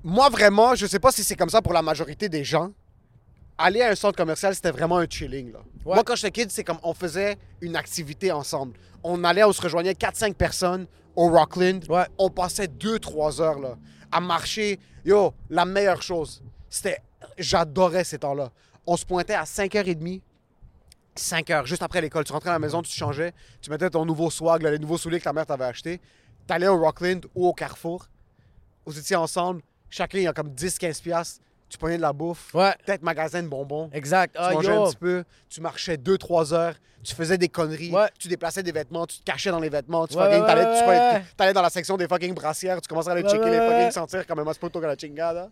C: moi vraiment, je sais pas si c'est comme ça pour la majorité des gens. Aller à un centre commercial, c'était vraiment un chilling. Là.
B: Ouais.
C: Moi, quand j'étais kid, c'est comme on faisait une activité ensemble. On allait, on se rejoignait 4-5 personnes au Rockland.
B: Ouais.
C: On passait 2-3 heures là, à marcher. Yo, la meilleure chose, c'était. J'adorais ces temps-là. On se pointait à 5h30, 5 heures, juste après l'école. Tu rentrais à la maison, tu te changeais, tu mettais ton nouveau swag, là, les nouveaux souliers que ta mère t'avait acheté. T'allais au Rockland ou au Carrefour. Vous étiez ensemble. Chacun, il y a comme 10-15 piastres. Tu prenais de la bouffe.
B: Ouais.
C: Peut-être magasin de bonbons.
B: Exact.
C: Tu
B: Ah,
C: mangeais un
B: yo.
C: petit peu. Tu marchais 2-3 heures. Tu faisais des conneries.
B: Ouais.
C: Tu déplaçais des vêtements. Tu te cachais dans les vêtements. Tu
B: Ouais,
C: fucking-
B: ouais,
C: t'allais, tu
B: ouais,
C: fucking-
B: ouais.
C: t'allais dans la section des fucking brassières. Tu commençais à aller
B: Ouais,
C: checker
B: ouais,
C: les fucking
B: ouais.
C: sentir comme un maspoto que la chingada.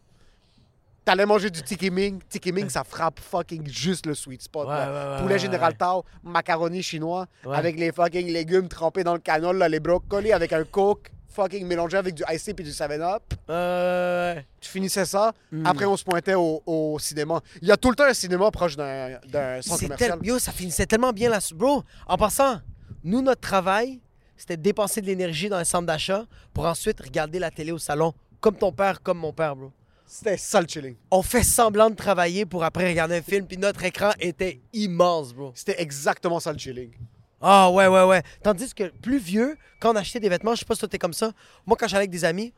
C: T'allais manger du tiki ming. Tiki ming, ça frappe fucking juste le sweet spot.
B: Ouais,
C: là.
B: ouais, ouais,
C: Poulet
B: ouais,
C: général
B: ouais.
C: Tao, macaroni chinois
B: Ouais.
C: avec les fucking légumes trempés dans le canol, là, les brocolis avec un coke fucking mélangé avec du iced et du 7-up.
B: Euh, ouais.
C: Tu finissais ça,
B: Hmm.
C: après on se pointait au, au cinéma. Il y a tout le temps un cinéma proche d'un d'un centre
B: C'est
C: commercial.
B: tel- Yo, ça finissait tellement bien là. Bro, en passant, nous, notre travail, c'était de dépenser de l'énergie dans un centre d'achat pour ensuite regarder la télé au salon, comme ton père, comme mon père, bro.
C: C'était ça le chilling.
B: On fait semblant de travailler pour après regarder un film, puis notre écran était immense, bro.
C: C'était exactement ça le chilling.
B: Ah ouais, ouais, ouais. Tandis que plus vieux, quand on achetait des vêtements, je sais pas si toi t'es comme ça, moi quand j'allais avec des amis,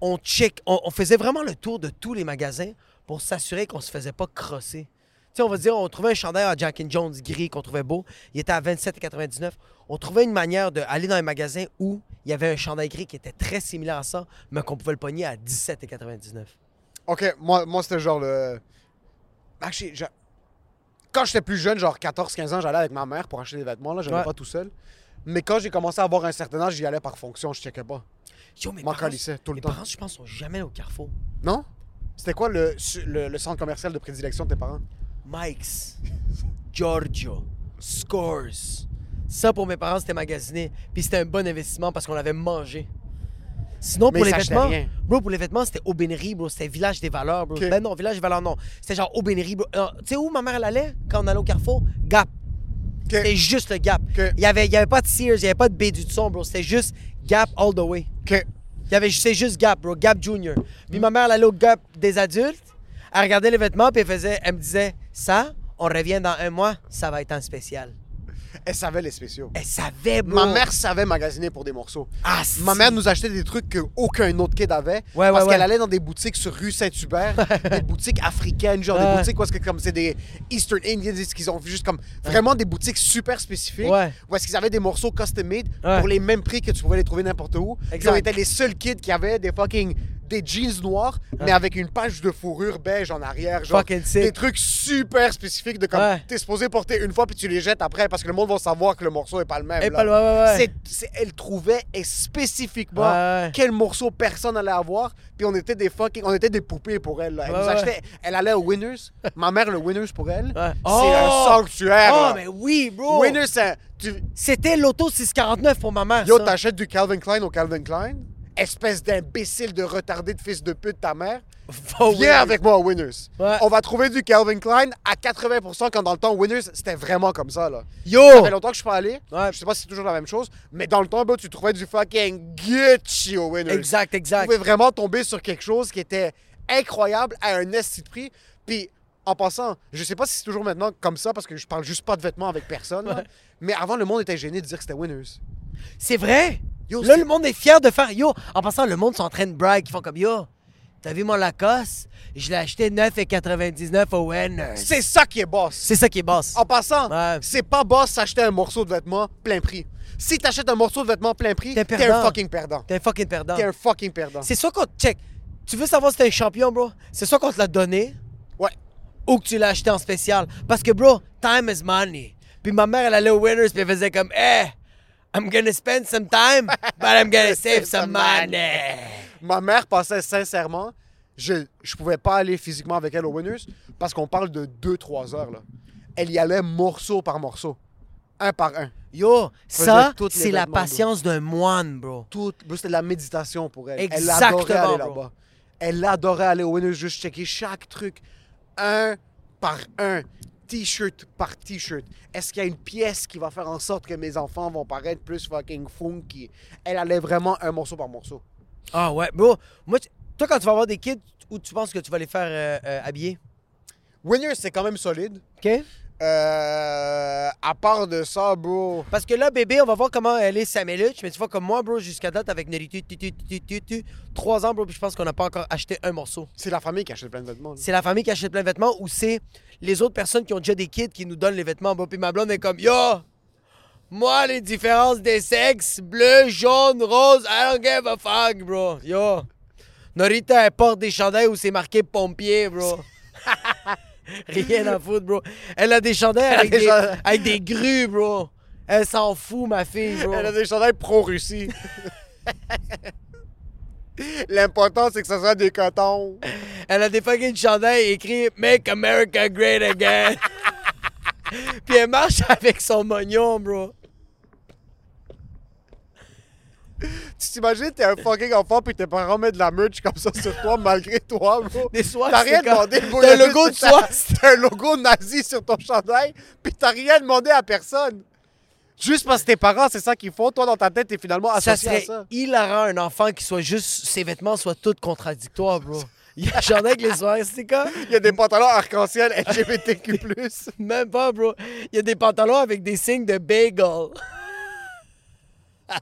B: on check, on, on faisait vraiment le tour de tous les magasins pour s'assurer qu'on se faisait pas crosser. Tu sais, on va dire, on trouvait un chandail à Jack and Jones gris qu'on trouvait beau, il était à 27,99. On trouvait une manière d'aller dans un magasin où il y avait un chandail gris qui était très similaire à ça, mais qu'on pouvait le pogner à 17,99.
C: Ok, moi, moi c'était genre le. Actually, je- quand j'étais plus jeune, genre 14-15 ans, j'allais avec ma mère pour acheter des vêtements. Là, j'allais
B: Ouais.
C: pas tout seul. Mais quand j'ai commencé à avoir un certain âge, j'y allais par fonction, je checkais pas.
B: Yo, mes
C: M'en
B: parents,
C: calissais tout le
B: mes
C: temps.
B: parents, je pense, sont jamais allés au Carrefour.
C: Non? C'était quoi le, le, le centre commercial de prédilection de tes parents?
B: Mike's, Giorgio, Scores. Ça, pour mes parents, c'était magasiné. Puis c'était un bon investissement parce qu'on avait mangé. Sinon,
C: Mais
B: pour les
C: ils s'achetaient
B: vêtements,
C: rien.
B: bro, pour les vêtements, c'était aubainerie, bro. C'était village des valeurs, bro.
C: Ok.
B: Ben non, village des valeurs, non. C'était genre aubainerie, bro. Euh, Tu sais où ma mère, elle allait quand on allait au Carrefour? Gap. C'était juste le Gap.
C: Ok.
B: Il y avait, il y avait pas de Sears, il y avait pas de B du son, bro. C'était juste Gap all the way.
C: OK.
B: Il y avait c'était juste Gap, bro, Gap Junior. Puis ma mère, elle allait au Gap des adultes, elle regardait les vêtements, puis elle faisait, elle me disait, ça, on revient dans un mois, ça va être en spécial.
C: Elle savait les spéciaux.
B: Elle savait, bro.
C: Ma mère savait magasiner pour des morceaux.
B: Ah,
C: Ma
B: si.
C: mère nous achetait des trucs qu'aucun autre kid avait.
B: Ouais,
C: parce
B: ouais,
C: qu'elle
B: ouais.
C: allait dans des boutiques sur rue Saint-Hubert, des boutiques africaines, genre des
B: Ouais.
C: boutiques où est-ce que comme c'est des Eastern Indians, ce qu'ils ont vu juste comme vraiment des boutiques super spécifiques.
B: Ouais.
C: Où est-ce qu'ils avaient des morceaux custom-made
B: Ouais.
C: pour les mêmes prix que tu pouvais les trouver n'importe où. Puis
B: Exact.
C: on était les seuls kids qui avaient des fucking des jeans noirs, mais avec une page de fourrure beige en arrière. Genre
B: Fucking sick.
C: des trucs super spécifiques de comme
B: Ouais.
C: t'es supposé porter une fois puis tu les jettes après parce que le monde va savoir que le morceau est pas le même.
B: Et
C: là.
B: pas le- ouais, ouais, ouais.
C: C'est c'est- elle trouvait et spécifiquement
B: Ouais, ouais.
C: quel morceau personne allait avoir. Puis on était des fucking, on était des poupées pour elle. là. Elle
B: Ouais,
C: nous
B: ouais.
C: achetait, elle allait au Winners. Ma mère le Winners pour elle.
B: Ouais.
C: C'est
B: Oh!
C: un sanctuaire.
B: Oh,
C: là.
B: mais oui, bro.
C: Winners, c'est, tu,
B: C'était l'auto 649 pour ma mère.
C: yo,
B: ça.
C: t'achètes du Calvin Klein au Calvin Klein. Espèce d'imbécile de retardé de fils de pute ta mère.
B: Oh, oui.
C: Viens avec moi au Winners.
B: Ouais.
C: On va trouver du Calvin Klein à 80% quand dans le temps Winners c'était vraiment comme ça là.
B: Yo!
C: Ça fait longtemps que je suis pas allé.
B: Ouais.
C: Je sais pas si c'est toujours la même chose, mais dans le temps, bro, tu trouvais du fucking Gucci au Winners.
B: Exact,
C: Tu
B: exact.
C: pouvais vraiment tomber sur quelque chose qui était incroyable à un esti de prix. Puis, en passant, je sais pas si c'est toujours maintenant comme ça parce que je parle juste pas de vêtements avec personne, là. mais avant, le monde était gêné de dire que c'était Winners.
B: C'est vrai.
C: Yo,
B: là,
C: c'est-
B: le monde est fier de faire. Yo, en passant, le monde s'entraîne brag. Ils font comme Yo, t'as vu mon Lacoste? Je l'ai acheté 9,99 au Winners.
C: C'est ça qui est boss.
B: C'est ça qui est boss.
C: En passant,
B: Ouais.
C: c'est pas boss s'acheter un morceau de vêtement plein prix. Si t'achètes un morceau de vêtement plein prix,
B: T'es
C: t'es un
B: perdant.
C: fucking perdant.
B: T'es un fucking perdant.
C: T'es un fucking perdant.
B: C'est soit qu'on te check. Tu veux savoir si t'es un champion, bro? C'est soit qu'on te l'a donné
C: Ouais.
B: ou que tu l'as acheté en spécial. Parce que, bro, time is money. Puis ma mère, elle allait au Winners puis elle faisait comme Eh, I'm gonna spend some time, but I'm gonna save some money.
C: Ma mère pensait sincèrement, je je pouvais pas aller physiquement avec elle au Winners parce qu'on parle de 2-3 heures. Là. Elle y allait morceau par morceau, un par un.
B: Yo,
C: Faisait
B: ça,
C: toutes les
B: c'est la
C: vêtements, bro.
B: patience d'un moine, bro.
C: Tout, bro, c'était de la méditation pour elle. Elle
B: Exactement,
C: adorait aller
B: bro.
C: là-bas. Elle adorait aller au Winners juste checker chaque truc, un par un, t-shirt par t-shirt. Est-ce qu'il y a une pièce qui va faire en sorte que mes enfants vont paraître plus fucking funky? Elle allait vraiment un morceau par morceau.
B: Ah ouais, bro. Moi, tu- toi, quand tu vas avoir des kids, où tu penses que tu vas les faire euh, euh, habiller?
C: Winners, c'est quand même solide.
B: OK?
C: Euh, à part de ça, bro.
B: Parce que là, bébé, on va voir comment elle est sa méluche. Mais tu vois, comme moi, bro, jusqu'à date, avec Nelly, tu, tu, tu, tu, tu, tu, trois ans, bro, puis je pense qu'on n'a pas encore acheté un morceau.
C: C'est la famille qui achète plein de vêtements. là.
B: C'est la famille qui achète plein de vêtements ou c'est les autres personnes qui ont déjà des kids qui nous donnent les vêtements, bro. Puis ma blonde est comme, yo, moi, les différences des sexes, bleu, jaune, rose, I don't give a fuck, bro. Yo, Norita, elle porte des chandails où c'est marqué pompier, bro. Rien à foutre, bro. Elle a des chandails avec,
C: des
B: des,
C: chandails.
B: avec des grues, bro. Elle s'en fout, ma fille, bro.
C: Elle a des chandails pro-Russie. L'important, c'est que ce soit des cotons.
B: Elle a des fucking chandails écrit Make America Great Again. Puis elle marche avec son mognon, bro.
C: Tu t'imagines, t'es un fucking enfant, puis tes parents mettent de la merch comme ça sur toi, malgré toi, bro.
B: Des soirs,
C: T'as
B: c'est
C: rien
B: quand-
C: demandé, bro.
B: T'as
C: Il y a
B: le logo
C: juste
B: de
C: ta-
B: soie.
C: T'as un logo nazi sur ton chandail, puis t'as rien demandé à personne. Juste parce que tes parents, c'est ça qu'ils font. Toi, dans ta tête, t'es finalement
B: Ah, Ça
C: associé
B: serait
C: à ça.
B: hilarant un enfant qui soit juste. Ses vêtements soient tous contradictoires, bro. Il y a un chandail avec les soirées, c'est quoi?
C: Il y a des pantalons arc-en-ciel LGBTQ+.
B: Même pas, bro. Il y a des pantalons avec des signes de bagel.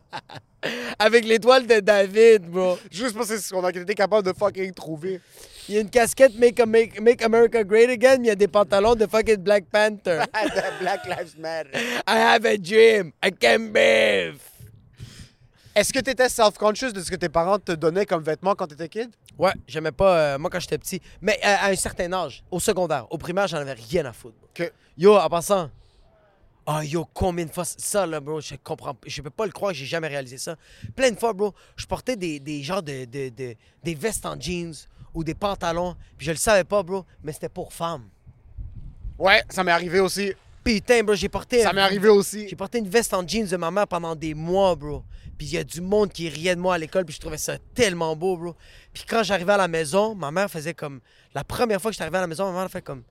B: avec l'étoile de David, bro.
C: Juste parce que c'est ce qu'on a été capable de fucking trouver.
B: Il y a une casquette Make, Make- Make America Great Again, mais il y a des pantalons de fucking Black Panther.
C: The Black Lives Matter.
B: I have a dream. I can live.
C: Est-ce que t'étais self-conscious de ce que tes parents te donnaient comme vêtements quand t'étais kid?
B: Ouais, j'aimais pas, euh, moi, quand j'étais petit. Mais euh, à un certain âge, au secondaire, au primaire, j'en avais rien à foutre.
C: Que
B: Yo, en passant. Ah, yo, combien de fois. Ça, là, bro, je comprends. Je peux pas le croire, j'ai jamais réalisé ça. Plein de fois, bro, je portais des, des genres de, de- de- des vestes en jeans ou des pantalons, puis je le savais pas, bro, mais c'était pour femmes.
C: Ouais, ça m'est arrivé aussi.
B: Putain, bro, j'ai porté.
C: Ça m'est arrivé aussi.
B: J'ai porté une veste en jeans de ma mère pendant des mois, bro. Puis il y a du monde qui riait de moi à l'école, puis je trouvais ça tellement beau, bro. Puis quand j'arrivais à la maison, ma mère faisait comme. La première fois que j'étais arrivé à la maison, ma mère fait comme.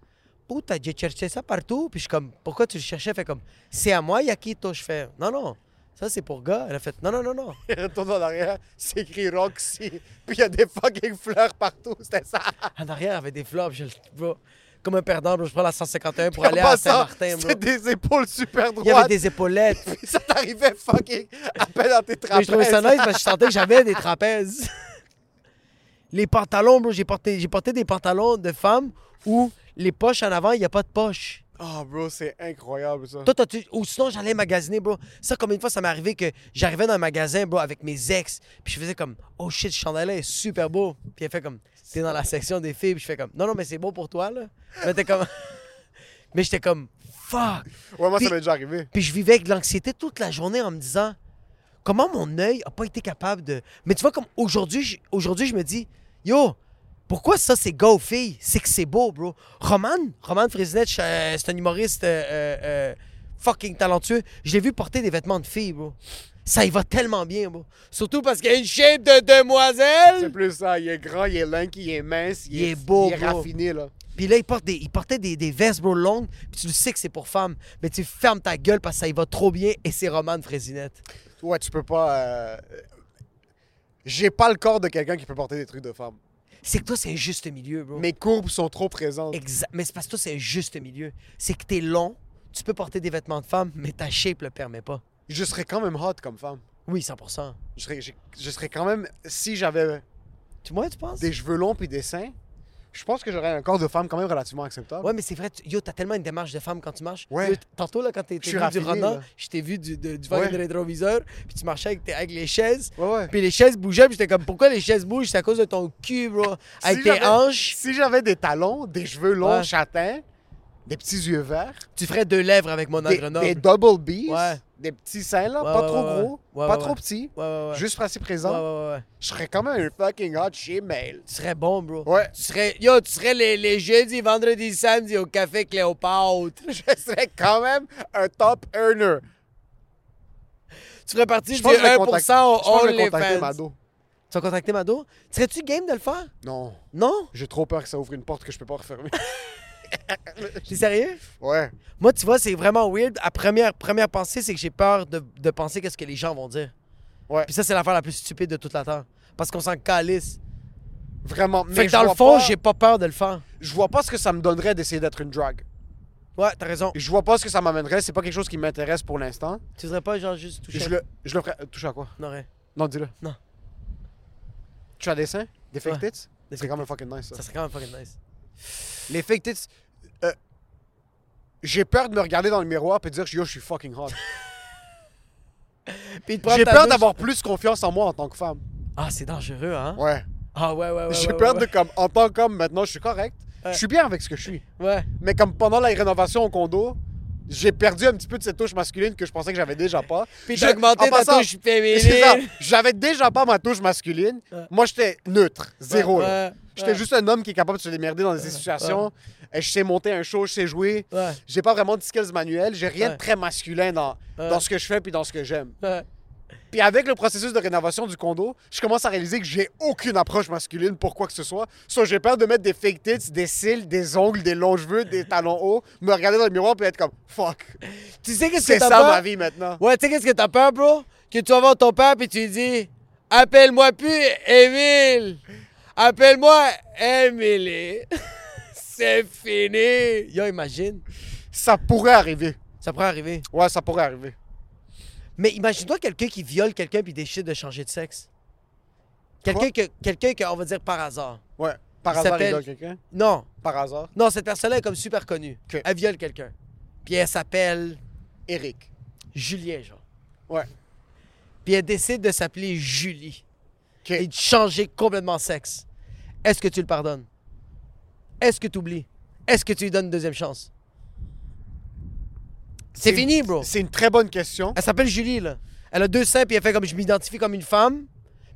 B: Putain, j'ai cherché ça partout. Puis je suis comme, pourquoi tu le cherchais? Elle fait comme, c'est à moi, Yakito. Je fais, non, non, ça c'est pour gars. Elle a fait, non, non, non, non.
C: Retourne en arrière, c'est écrit Roxy. Puis il y a des fucking fleurs partout. C'était ça.
B: En arrière, avec des flops, je le- bro, Comme un perdant, bro, je prends la 151 pour
C: En
B: aller à
C: passant,
B: Saint-Martin, bro.
C: C'était des épaules super droites.
B: Il y avait des épaulettes.
C: Puis ça t'arrivait fucking à peine dans tes
B: Mais je
C: trapèzes.
B: trouvais ça nice parce que je sentais que j'avais des trapèzes. Les pantalons, bro, j'ai porté, j'ai porté des pantalons de femmes où les poches en avant, il n'y a pas de poche.
C: Oh, bro, c'est incroyable, ça.
B: Toi, t'as-tu- Ou sinon, j'allais magasiner, bro. Ça, combien de fois ça m'est arrivé que j'arrivais dans un magasin, bro, avec mes ex, puis je faisais comme, oh shit, ce chandail-là est super beau. Puis elle fait comme, t'es dans la section des filles, puis je fais comme, non, non, mais c'est beau pour toi, là. Mais t'es comme. mais j'étais comme, fuck.
C: Ouais, moi,
B: Puis-
C: ça m'est déjà arrivé.
B: Puis je vivais avec de l'anxiété toute la journée en me disant comment mon œil a pas été capable de. Mais tu vois, comme aujourd'hui, je, aujourd'hui, je me dis yo, pourquoi ça c'est go fille C'est que c'est beau, bro. Roman, Roman Frisnet, euh, c'est un humoriste euh, euh, euh, fucking talentueux. Je l'ai vu porter des vêtements de fille, bro. Ça y va tellement bien, bro. Surtout parce qu'il y a une shape de
C: C'est
B: demoiselle.
C: plus ça. Il est grand, il est lanky, il est mince, il,
B: Il est beau,
C: Il est
B: bro.
C: raffiné, là.
B: Puis là, il, porte des, il portait des, des vestes, bro, longues. Puis tu le sais que c'est pour femmes. Mais tu fermes ta gueule parce que ça y va trop bien. Et c'est Roman Frésinette.
C: Ouais, tu peux pas. euh, J'ai pas le corps de quelqu'un qui peut porter des trucs de femme.
B: C'est que toi, c'est un juste milieu, bro.
C: Mes courbes sont trop présentes.
B: Exa- Mais c'est parce que toi, c'est un juste milieu. C'est que t'es long, tu peux porter des vêtements de femme, mais ta shape le permet pas.
C: Je serais quand même hot comme femme.
B: Oui, 100
C: Je serais, j'ai- je serais quand même. Si j'avais
B: Tu vois, tu penses?
C: des cheveux longs puis des seins, je pense que j'aurais un corps de femme quand même relativement acceptable.
B: Ouais, mais c'est vrai, tu... yo, t'as tellement une démarche de femme quand tu marches.
C: Ouais.
B: Yo, t- tantôt, là, quand t'es
C: Je
B: t'es
C: suis
B: venu du
C: raffiné,
B: Ronan,
C: là.
B: je t'ai vu du, de- du
C: Ouais.
B: fucking rétroviseur, puis tu marchais avec, tes- avec les chaises.
C: Ouais, ouais.
B: Puis les chaises bougeaient, puis j'étais comme, pourquoi les chaises bougent? C'est à cause de ton cul, bro. Avec
C: Si
B: tes
C: j'avais-
B: hanches,
C: Si j'avais des talons, des cheveux longs
B: Ouais.
C: châtains, des petits yeux verts,
B: tu ferais deux lèvres avec mon
C: des,
B: Grenoble.
C: des double B's,
B: Ouais.
C: des petits seins là,
B: Ouais,
C: pas
B: ouais,
C: trop
B: ouais,
C: gros,
B: ouais. Ouais,
C: pas
B: ouais,
C: trop
B: ouais.
C: petits,
B: Ouais, ouais, ouais.
C: juste assez
B: Ouais,
C: présent,
B: ouais, ouais, ouais.
C: je serais quand même un fucking hot shemale.
B: Tu serais bon, bro.
C: Ouais.
B: Tu serais, yo, tu serais les, les jeudis, vendredis, samedi au café Cléopâtre.
C: Je serais quand même un top earner.
B: Tu ferais partie
C: Je
B: du
C: pense que je vais
B: 1%
C: contacter, je pense
B: au
C: que je vais contacter
B: OnlyFans.
C: Mado.
B: Tu vas contacter Mado? Serais-tu game de le faire?
C: Non,
B: Non?
C: j'ai trop peur que ça ouvre une porte que je peux pas refermer.
B: T'es sérieux?
C: ouais.
B: Moi, tu vois, c'est vraiment weird. À première, première pensée, c'est que j'ai peur de, de penser qu'est-ce que les gens vont dire.
C: Ouais.
B: Puis ça, c'est l'affaire la plus stupide de toute la terre. Parce qu'on s'en calisse.
C: Vraiment.
B: fait
C: Mais
B: que
C: je
B: dans le
C: vois
B: fond,
C: pas-
B: j'ai pas peur de le faire.
C: je vois pas ce que ça me donnerait d'essayer d'être une drag.
B: Ouais, t'as raison.
C: Je vois pas ce que ça m'amènerait. C'est pas quelque chose qui m'intéresse pour l'instant.
B: Tu voudrais pas, genre, juste toucher
C: Je le, je le ferais. euh, Touche à quoi
B: Non, rien.
C: Non, dis-le.
B: Non.
C: Tu as des seins Des fake
B: Ouais.
C: tits
B: Des
C: C'est quand même fucking nice, ça.
B: Ça serait quand même fucking nice.
C: Les fake tits. euh, j'ai peur de me regarder dans le miroir et de dire yo, je suis fucking hot.
B: Puis de prendre
C: J'ai
B: ta
C: peur
B: douche-
C: d'avoir plus confiance en moi en tant que femme.
B: Ah, c'est dangereux, hein?
C: Ouais.
B: Ah, ouais, ouais, ouais.
C: j'ai
B: ouais,
C: peur
B: ouais,
C: de comme en tant qu'homme maintenant, je suis correct.
B: Ouais.
C: Je suis bien avec ce que je suis.
B: Ouais.
C: Mais comme pendant la rénovation au condo, j'ai perdu un petit peu de cette touche masculine que je pensais que j'avais déjà pas.
B: Puis
C: Je-
B: j'ai augmenté ta
C: en passant,
B: touche féminine.
C: C'est ça. J'avais déjà pas ma touche masculine.
B: Ouais.
C: Moi, j'étais neutre, zéro.
B: Ouais,
C: là.
B: ouais,
C: J'étais
B: ouais.
C: juste un homme qui est capable de se démerder dans des situations. Et Je sais monter un show, je sais jouer.
B: Ouais.
C: J'ai pas vraiment de skills manuels. J'ai rien
B: Ouais.
C: de très masculin dans,
B: Ouais.
C: dans ce que je fais puis dans ce que j'aime.
B: Ouais.
C: Puis avec le processus de rénovation du condo, je commence à réaliser que j'ai aucune approche masculine pour quoi que ce soit. Soit j'ai peur de mettre des fake tits, des cils, des ongles, des longs cheveux, des talons hauts, me regarder dans le miroir puis être comme fuck.
B: Tu sais qu'est-ce que
C: C'est
B: t'as
C: ça
B: peur?
C: ma vie maintenant.
B: Ouais, tu sais qu'est-ce que t'as peur, bro? Que tu vas voir ton père puis tu lui dis Appelle-moi plus Émile. Appelle-moi Émilie. C'est fini. Yo, imagine.
C: Ça pourrait arriver.
B: Ça pourrait arriver.
C: Ouais, ça pourrait arriver.
B: Mais imagine-toi quelqu'un qui viole quelqu'un puis décide de changer de sexe. Quelqu'un que, quelqu'un que, on va dire par hasard.
C: Ouais. Par
B: Il
C: hasard, il
B: s'appelle-
C: y a quelqu'un.
B: Non,
C: Par hasard.
B: non, cette personne-là est comme super connue.
C: Ok.
B: Elle viole quelqu'un. Puis elle s'appelle
C: Eric.
B: Julien, genre.
C: Ouais.
B: Puis elle décide de s'appeler Julie.
C: OK.
B: et de changer complètement de sexe. Est-ce que tu le pardonnes? Est-ce que tu oublies? Est-ce que tu lui donnes une deuxième chance? C'est
C: une-
B: fini, bro.
C: C'est une très bonne question.
B: Elle s'appelle Julie, là. Elle a deux seins, puis elle fait comme je m'identifie comme une femme.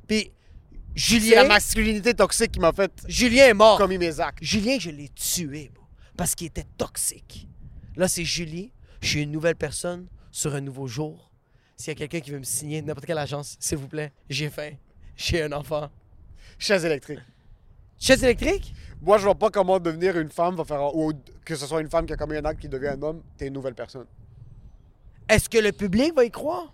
B: Puis
C: C'est la
B: Julien,
C: masculinité toxique qui m'a fait
B: Julien est mort.
C: commis mes actes.
B: Julien, je l'ai tué, bro, parce qu'il était toxique. Là, c'est Julie. Je suis une nouvelle personne sur un nouveau jour. S'il y a quelqu'un qui veut me signer, n'importe quelle agence, s'il vous plaît, j'ai faim, j'ai un enfant.
C: Chaise électrique.
B: Chaise électrique?
C: Moi, je vois pas comment devenir une femme va faire. Ou que ce soit une femme qui a commis un acte qui devient un homme, t'es une nouvelle personne.
B: Est-ce que le public va y croire?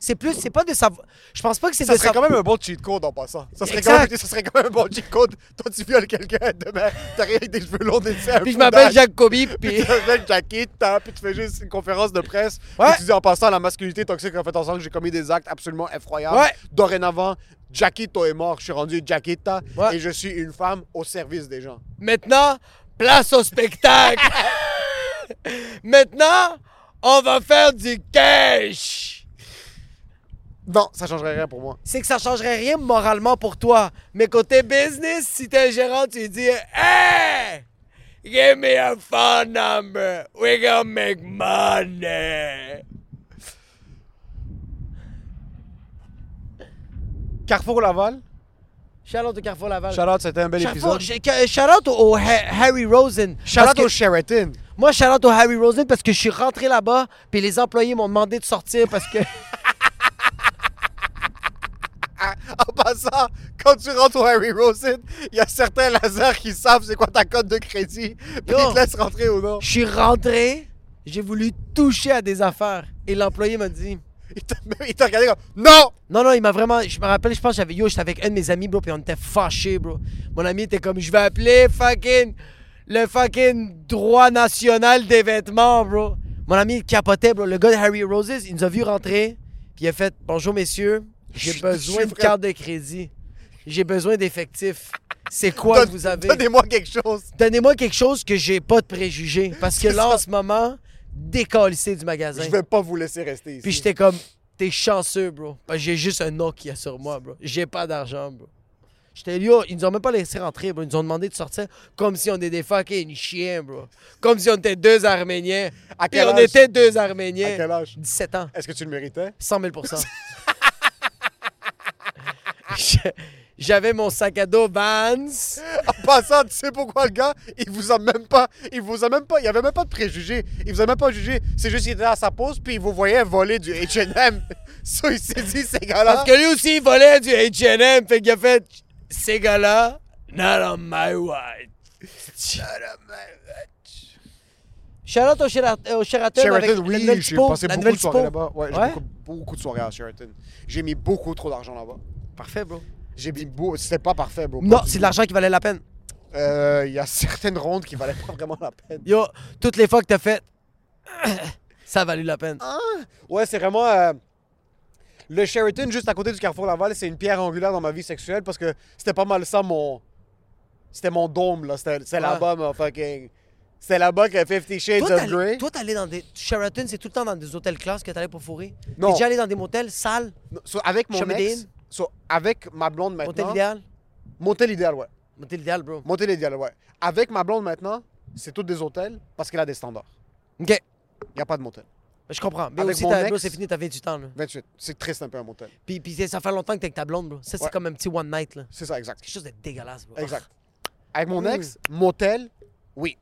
B: C'est plus, c'est pas de savoir. Je pense pas que c'est
C: Ça
B: de
C: serait
B: savoir.
C: quand même un bon cheat code en passant. Ça serait, quand
B: Exact.
C: même, ça serait quand même un bon cheat code. Toi, tu violes quelqu'un demain, t'arrives avec des cheveux longs, des
B: Puis je m'appelle Jacques Coby,
C: Puis
B: puis.
C: tu t'appelles Jackie, t'as- puis tu fais juste une conférence de presse.
B: Ouais.
C: Puis tu dis en passant, la masculinité toxique a fait en sorte que j'ai commis des actes absolument effroyables.
B: Ouais.
C: Dorénavant, Jackito est mort. Je suis rendu Jackita
B: Ouais.
C: et je suis une femme au service des gens.
B: Maintenant, place au spectacle. Maintenant, on va faire du cash.
C: Non, ça changerait rien pour moi.
B: C'est que ça changerait rien moralement pour toi. Mais côté business, si t'es un gérant, tu dis Hey! Give me a phone number. We gonna make money.
C: Carrefour Laval.
B: Shout-out au Carrefour Laval.
C: Charlotte, c'était un bel
B: Carrefour-
C: épisode.
B: j'ai- que- shout-out au Ha- Harry Rosen. Parce
C: Charlotte
B: que-
C: au Sheraton.
B: Moi, shout-out au Harry Rosen parce que je suis rentré là-bas, puis les employés m'ont demandé de sortir parce que.
C: En passant, quand tu rentres au Harry Rosen, il y a certains lasers qui savent c'est quoi ta cote de crédit. Puis
B: Yo.
C: ils te laissent rentrer ou non.
B: Je suis rentré, j'ai voulu toucher à des affaires. Et l'employé m'a dit.
C: Ils te, ils te regardaient comme Non!
B: Non, non, il m'a vraiment. Je me rappelle, je pense que j'avais. Yo, j'étais avec un de mes amis, bro, puis on était fâchés, bro. Mon ami était comme, je vais appeler fucking. Le fucking droit national des vêtements, bro. Mon ami il capotait, bro. Le gars de Harry Roses, il nous a vu rentrer, puis il a fait Bonjour, messieurs, j'ai
C: Je-
B: besoin
C: je
B: de
C: suis vraiment-
B: carte de crédit. J'ai besoin d'effectifs. C'est quoi que
C: Donne-
B: vous avez
C: Donnez-moi quelque chose.
B: Donnez-moi quelque chose que j'ai pas de préjugés. Parce que
C: C'est
B: là, en
C: ça.
B: ce moment, décalissé du magasin.
C: Je vais pas vous laisser rester ici.
B: Puis j'étais comme, t'es chanceux, bro. Parce que j'ai juste un nom qui a sur moi, bro. J'ai pas d'argent, bro. J'étais yo, ils nous ont même pas laissé rentrer, bro. Ils nous ont demandé de sortir comme si on était des fucking chiens, bro. Comme si on était deux Arméniens.
C: À
B: Puis
C: quel
B: on
C: âge?
B: était deux
C: À quel
B: Arméniens.
C: âge?
B: 17 ans.
C: Est-ce que tu le méritais?
B: 100 000 Je- J'avais mon sac à dos Vans.
C: En passant, tu sais pourquoi le gars, il vous a même pas, il vous a même pas, il avait même pas de préjugés, il vous a même pas jugé, c'est juste qu'il était à sa pause puis il vous voyait voler du H&M. Ça, il s'est dit, ces gars-là,
B: Parce que lui aussi, il volait du H&M, fait qu'il a fait « Ces gars-là, not on my watch. Not on my watch. » Charlotte au, Sheraton- euh, au Sheraton avec
C: Sheraton,
B: la
C: oui,
B: nouvelle
C: j'ai
B: typo,
C: passé
B: la
C: beaucoup
B: nouvelle
C: de soirées
B: typo.
C: là-bas. Ouais, j'ai
B: Ouais?
C: beaucoup, beaucoup de soirées à Sheraton. J'ai mis beaucoup trop d'argent là-bas.
B: Parfait, bro.
C: J'ai mis beau, c'était pas parfait, bro.
B: Non,
C: Pas du
B: c'est de
C: tout.
B: l'argent qui valait la peine.
C: Euh, Il y a certaines rondes qui valaient pas vraiment la peine.
B: Yo, toutes les fois que t'as fait, ça a valu la peine.
C: Ouais, c'est vraiment. euh, le Sheraton, juste à côté du Carrefour Laval, c'est une pierre angulaire dans ma vie sexuelle parce que c'était pas mal ça mon. C'était mon dôme, là. C'était c'est
B: Ouais.
C: là-bas, ma fucking. C'est là-bas que Fifty Shades
B: Toi,
C: of
B: t'allais-
C: Grey.
B: toi, t'allais dans des... Sheraton, c'est tout le temps dans des hôtels classes que t'allais pour fourrer.
C: Non.
B: T'es déjà allé dans des motels sales,
C: Non, so, avec mon
B: Chambre
C: ex.
B: d'Inde.
C: so, avec ma blonde maintenant.
B: motel idéal.
C: Motel idéal, ouais.
B: Motel idéal, bro.
C: Motel idéal, ouais. Avec ma blonde maintenant, c'est toutes des hôtels parce qu'elle a des standards.
B: OK,
C: Il n'y a pas de motel.
B: Ben, je comprends. Mais
C: Avec
B: aussi,
C: mon
B: t'as-
C: ex-
B: bro, c'est fini, t'as 28 ans, là.
C: 28. C'est triste un peu un motel.
B: Puis, puis ça fait longtemps que t'es avec ta blonde, bro. Ça, c'est
C: Ouais.
B: comme un petit one night, là.
C: C'est ça, exact.
B: Quelque chose de dégueulasse, bro. Ah.
C: Exact. Avec
B: Mmh.
C: mon ex, motel, oui.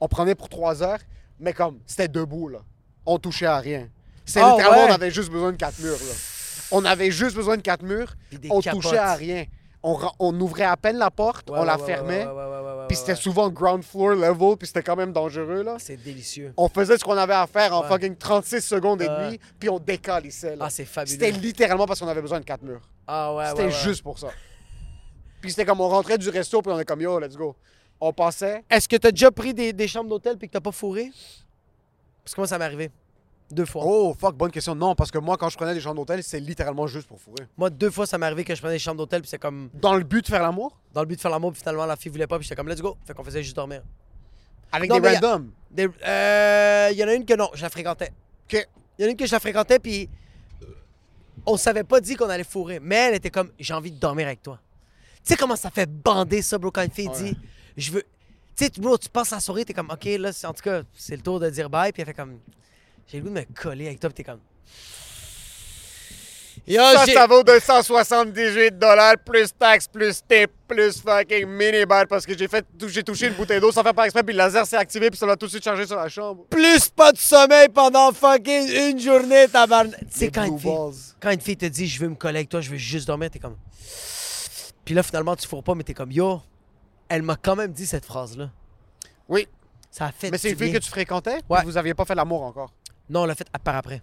C: On prenait pour trois heures, mais comme c'était debout, là. On touchait à rien. C'est
B: Ah
C: littéralement,
B: ouais?
C: on avait juste besoin de quatre murs, là. On avait juste besoin de quatre murs.
B: Puis des
C: On
B: capotes.
C: touchait à rien. On, ra- on ouvrait à peine la porte,
B: Ouais,
C: on
B: ouais,
C: la
B: ouais,
C: fermait.
B: ouais, ouais, ouais, ouais, ouais, ouais,
C: Puis c'était
B: ouais. Ah,
C: souvent ground floor level, puis c'était quand même dangereux, là.
B: C'est délicieux.
C: On faisait ce qu'on avait à faire en
B: Ouais.
C: fucking 36 secondes et
B: Ouais.
C: demie, puis on décalissait, là.
B: Ah, c'est fabuleux.
C: C'était littéralement parce qu'on avait besoin de quatre murs.
B: Ah, ouais, ouais,
C: C'était
B: ouais.
C: juste pour ça. Puis c'était comme on rentrait du resto, puis on est comme yo, let's go. On passait.
B: Est-ce que t'as déjà pris des, des chambres d'hôtel puis que t'as pas fourré? Parce que moi, ça m'est arrivé. Deux fois.
C: Oh fuck, bonne question. Non, parce que moi, quand je prenais des chambres d'hôtel, c'est littéralement juste pour fourrer.
B: Moi, deux fois, ça m'est arrivé que je prenais des chambres d'hôtel puis c'est comme
C: Dans le but de faire l'amour
B: dans le but de faire l'amour puis finalement la fille voulait pas puis j'étais comme let's go. Fait qu'on faisait juste dormir.
C: Avec
B: Non,
C: des
B: mais y a-
C: randoms.
B: Des- euh, Il y en a une que non, je la fréquentais.
C: Ok.
B: Il y en a une que je la fréquentais puis on savait pas dit qu'on allait fourrer. Mais elle était comme j'ai envie de dormir avec toi. Tu sais comment ça fait bander ça, bro, quand une fille dit je veux. Tu sais, bro, tu passes la soirée, t'es comme ok, là, c'est- en tout cas, c'est le tour de dire bye, puis elle fait comme j'ai le goût de me coller avec toi, puis t'es comme.
E: Yo,
C: ça,
E: Ah, j'ai-
C: ça vaut 278 dollars plus taxes, plus tip, plus fucking mini-bar parce que j'ai fait, j'ai touché une bouteille d'eau sans faire par exprès, puis le laser s'est activé, puis ça l'a tout de suite chargé sur la chambre.
E: plus pas de sommeil pendant fucking une journée, tabarnak.
B: Tu sais, quand
C: Blue
B: une, fille,
C: balls.
B: quand une fille te dit, je veux me coller avec toi, je veux juste dormir, t'es comme. Puis là, finalement, tu fourres pas, mais t'es comme, yo, elle m'a quand même dit cette phrase-là.
C: Oui.
B: Ça a fait.
C: Mais c'est
B: du
C: une fille
B: bien.
C: que tu fréquentais, puis
B: Ouais.
C: vous aviez pas fait l'amour encore.
B: Non, on l'a fait à part après.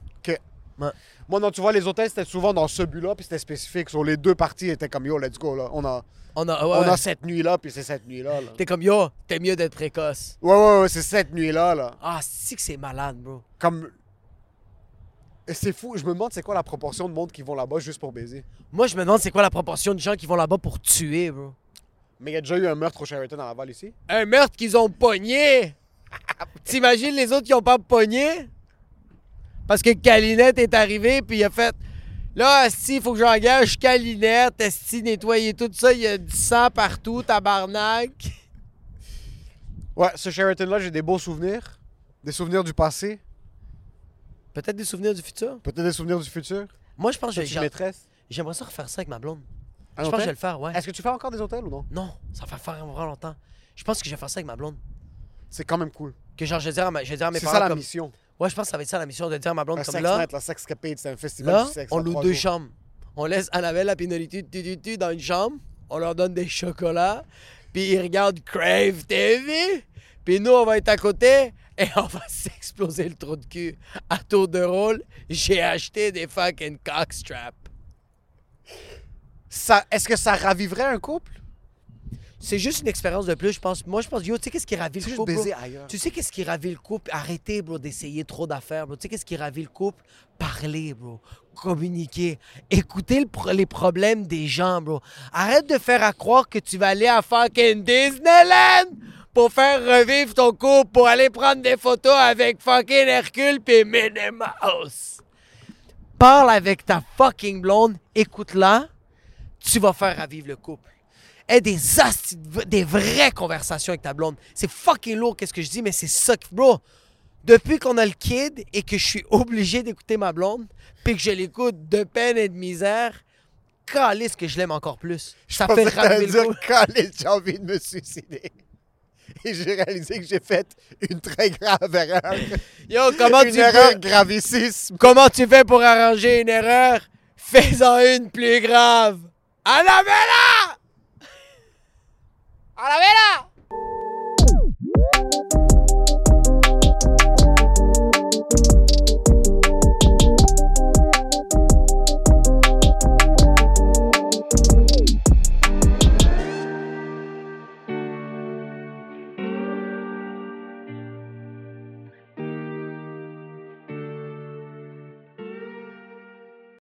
C: Moi, non, tu vois, les hôtels, c'était souvent dans ce but-là, puis c'était spécifique. Sur les deux parties étaient comme, yo, let's go, là. On a,
B: On a. ouais,
C: on
B: ouais.
C: a cette nuit-là, puis c'est cette nuit-là, là.
B: T'es comme, yo, t'es mieux d'être précoce.
C: Ouais, ouais, ouais, c'est cette nuit-là, là.
B: Ah, si que c'est malade, bro.
C: Comme. Et C'est fou, je me demande c'est quoi la proportion de monde qui vont là-bas juste pour baiser.
B: Moi, je me demande c'est quoi la proportion de gens qui vont là-bas pour tuer, bro.
C: Mais il y a déjà eu un meurtre au Sheraton à Laval ici.
E: Un meurtre qu'ils ont pogné. T'imagines les autres qui ont pas pogné? Parce que Calinette est arrivé, puis il a fait. Là, Asti, il faut que j'engage Calinette, Asti, nettoyer tout ça, il y a du sang partout, tabarnak.
C: Ouais, ce Sheraton-là, j'ai des beaux souvenirs. Des souvenirs du passé,
B: Peut-être des souvenirs du futur.
C: peut-être des souvenirs du futur.
B: Moi, je pense que
C: T'as-tu une
B: j'ai-
C: maîtresse.
B: j'aimerais ça refaire ça avec ma blonde.
C: Un
B: je pense que je vais
C: hôtel?
B: le faire, ouais.
C: Ah, Est-ce que tu fais encore des hôtels ou non
B: Non, ça va faire vraiment longtemps. Je pense que je vais faire ça avec ma blonde.
C: C'est quand même cool.
B: Que genre, je vais dire à, ma- je vais dire à mes
C: C'est
B: parents.
C: ça la
B: comme-
C: mission.
B: Ouais, je pense que ça va être ça la mission de dire à ma blonde
C: Un
B: comme
C: sex
B: là.
C: night, la sexcapade, c'est un festival
B: Là,
C: du sexe.
B: on
C: en
B: loue
C: trois
B: deux
C: jours.
B: chambres. On laisse Annabelle la pénalité tu, tu, tu, dans une chambre. On leur donne des chocolats. Puis ils regardent Crave TV. Puis nous, on va être à côté et on va s'exploser le trou de cul. À tour de rôle, j'ai acheté des fucking cockstraps.
C: Ça, est-ce que ça raviverait un couple
B: C'est juste une expérience de plus, je pense. Moi, je pense, yo, tu sais qu'est-ce qui ravit
C: C'est
B: le
C: juste
B: couple?
C: baiser
B: bro?
C: ailleurs.
B: Tu sais qu'est-ce qui ravit le couple? Arrêtez, bro, d'essayer trop d'affaires, bro. Tu sais qu'est-ce qui ravit le couple? Parler, bro. Communiquer. Écouter le pro- les problèmes des gens, bro. Arrête de faire à croire que tu vas aller à fucking Disneyland pour faire revivre ton couple, pour aller prendre des photos avec fucking Hercule pis Minnie Mouse. Parle avec ta fucking blonde, écoute-la, tu vas faire ravivre le couple. Aie Eh, des asti- des vraies conversations avec ta blonde. C'est fucking lourd qu'est-ce que je dis, mais c'est ça que, bro. Depuis qu'on a le kid et que je suis obligé d'écouter ma blonde, puis que je l'écoute de peine et de misère, calisse que je l'aime encore plus. Ça fait
C: T'allais
B: raviver le couple.
C: dire, Colin, j'ai envie de me suicider. Et j'ai réalisé que j'ai fait une très grave erreur.
E: Yo, comment
C: une
E: tu
C: erreur
E: peux-
C: gravissime.
E: Comment tu fais pour arranger une erreur? Fais-en une plus grave. Annabella!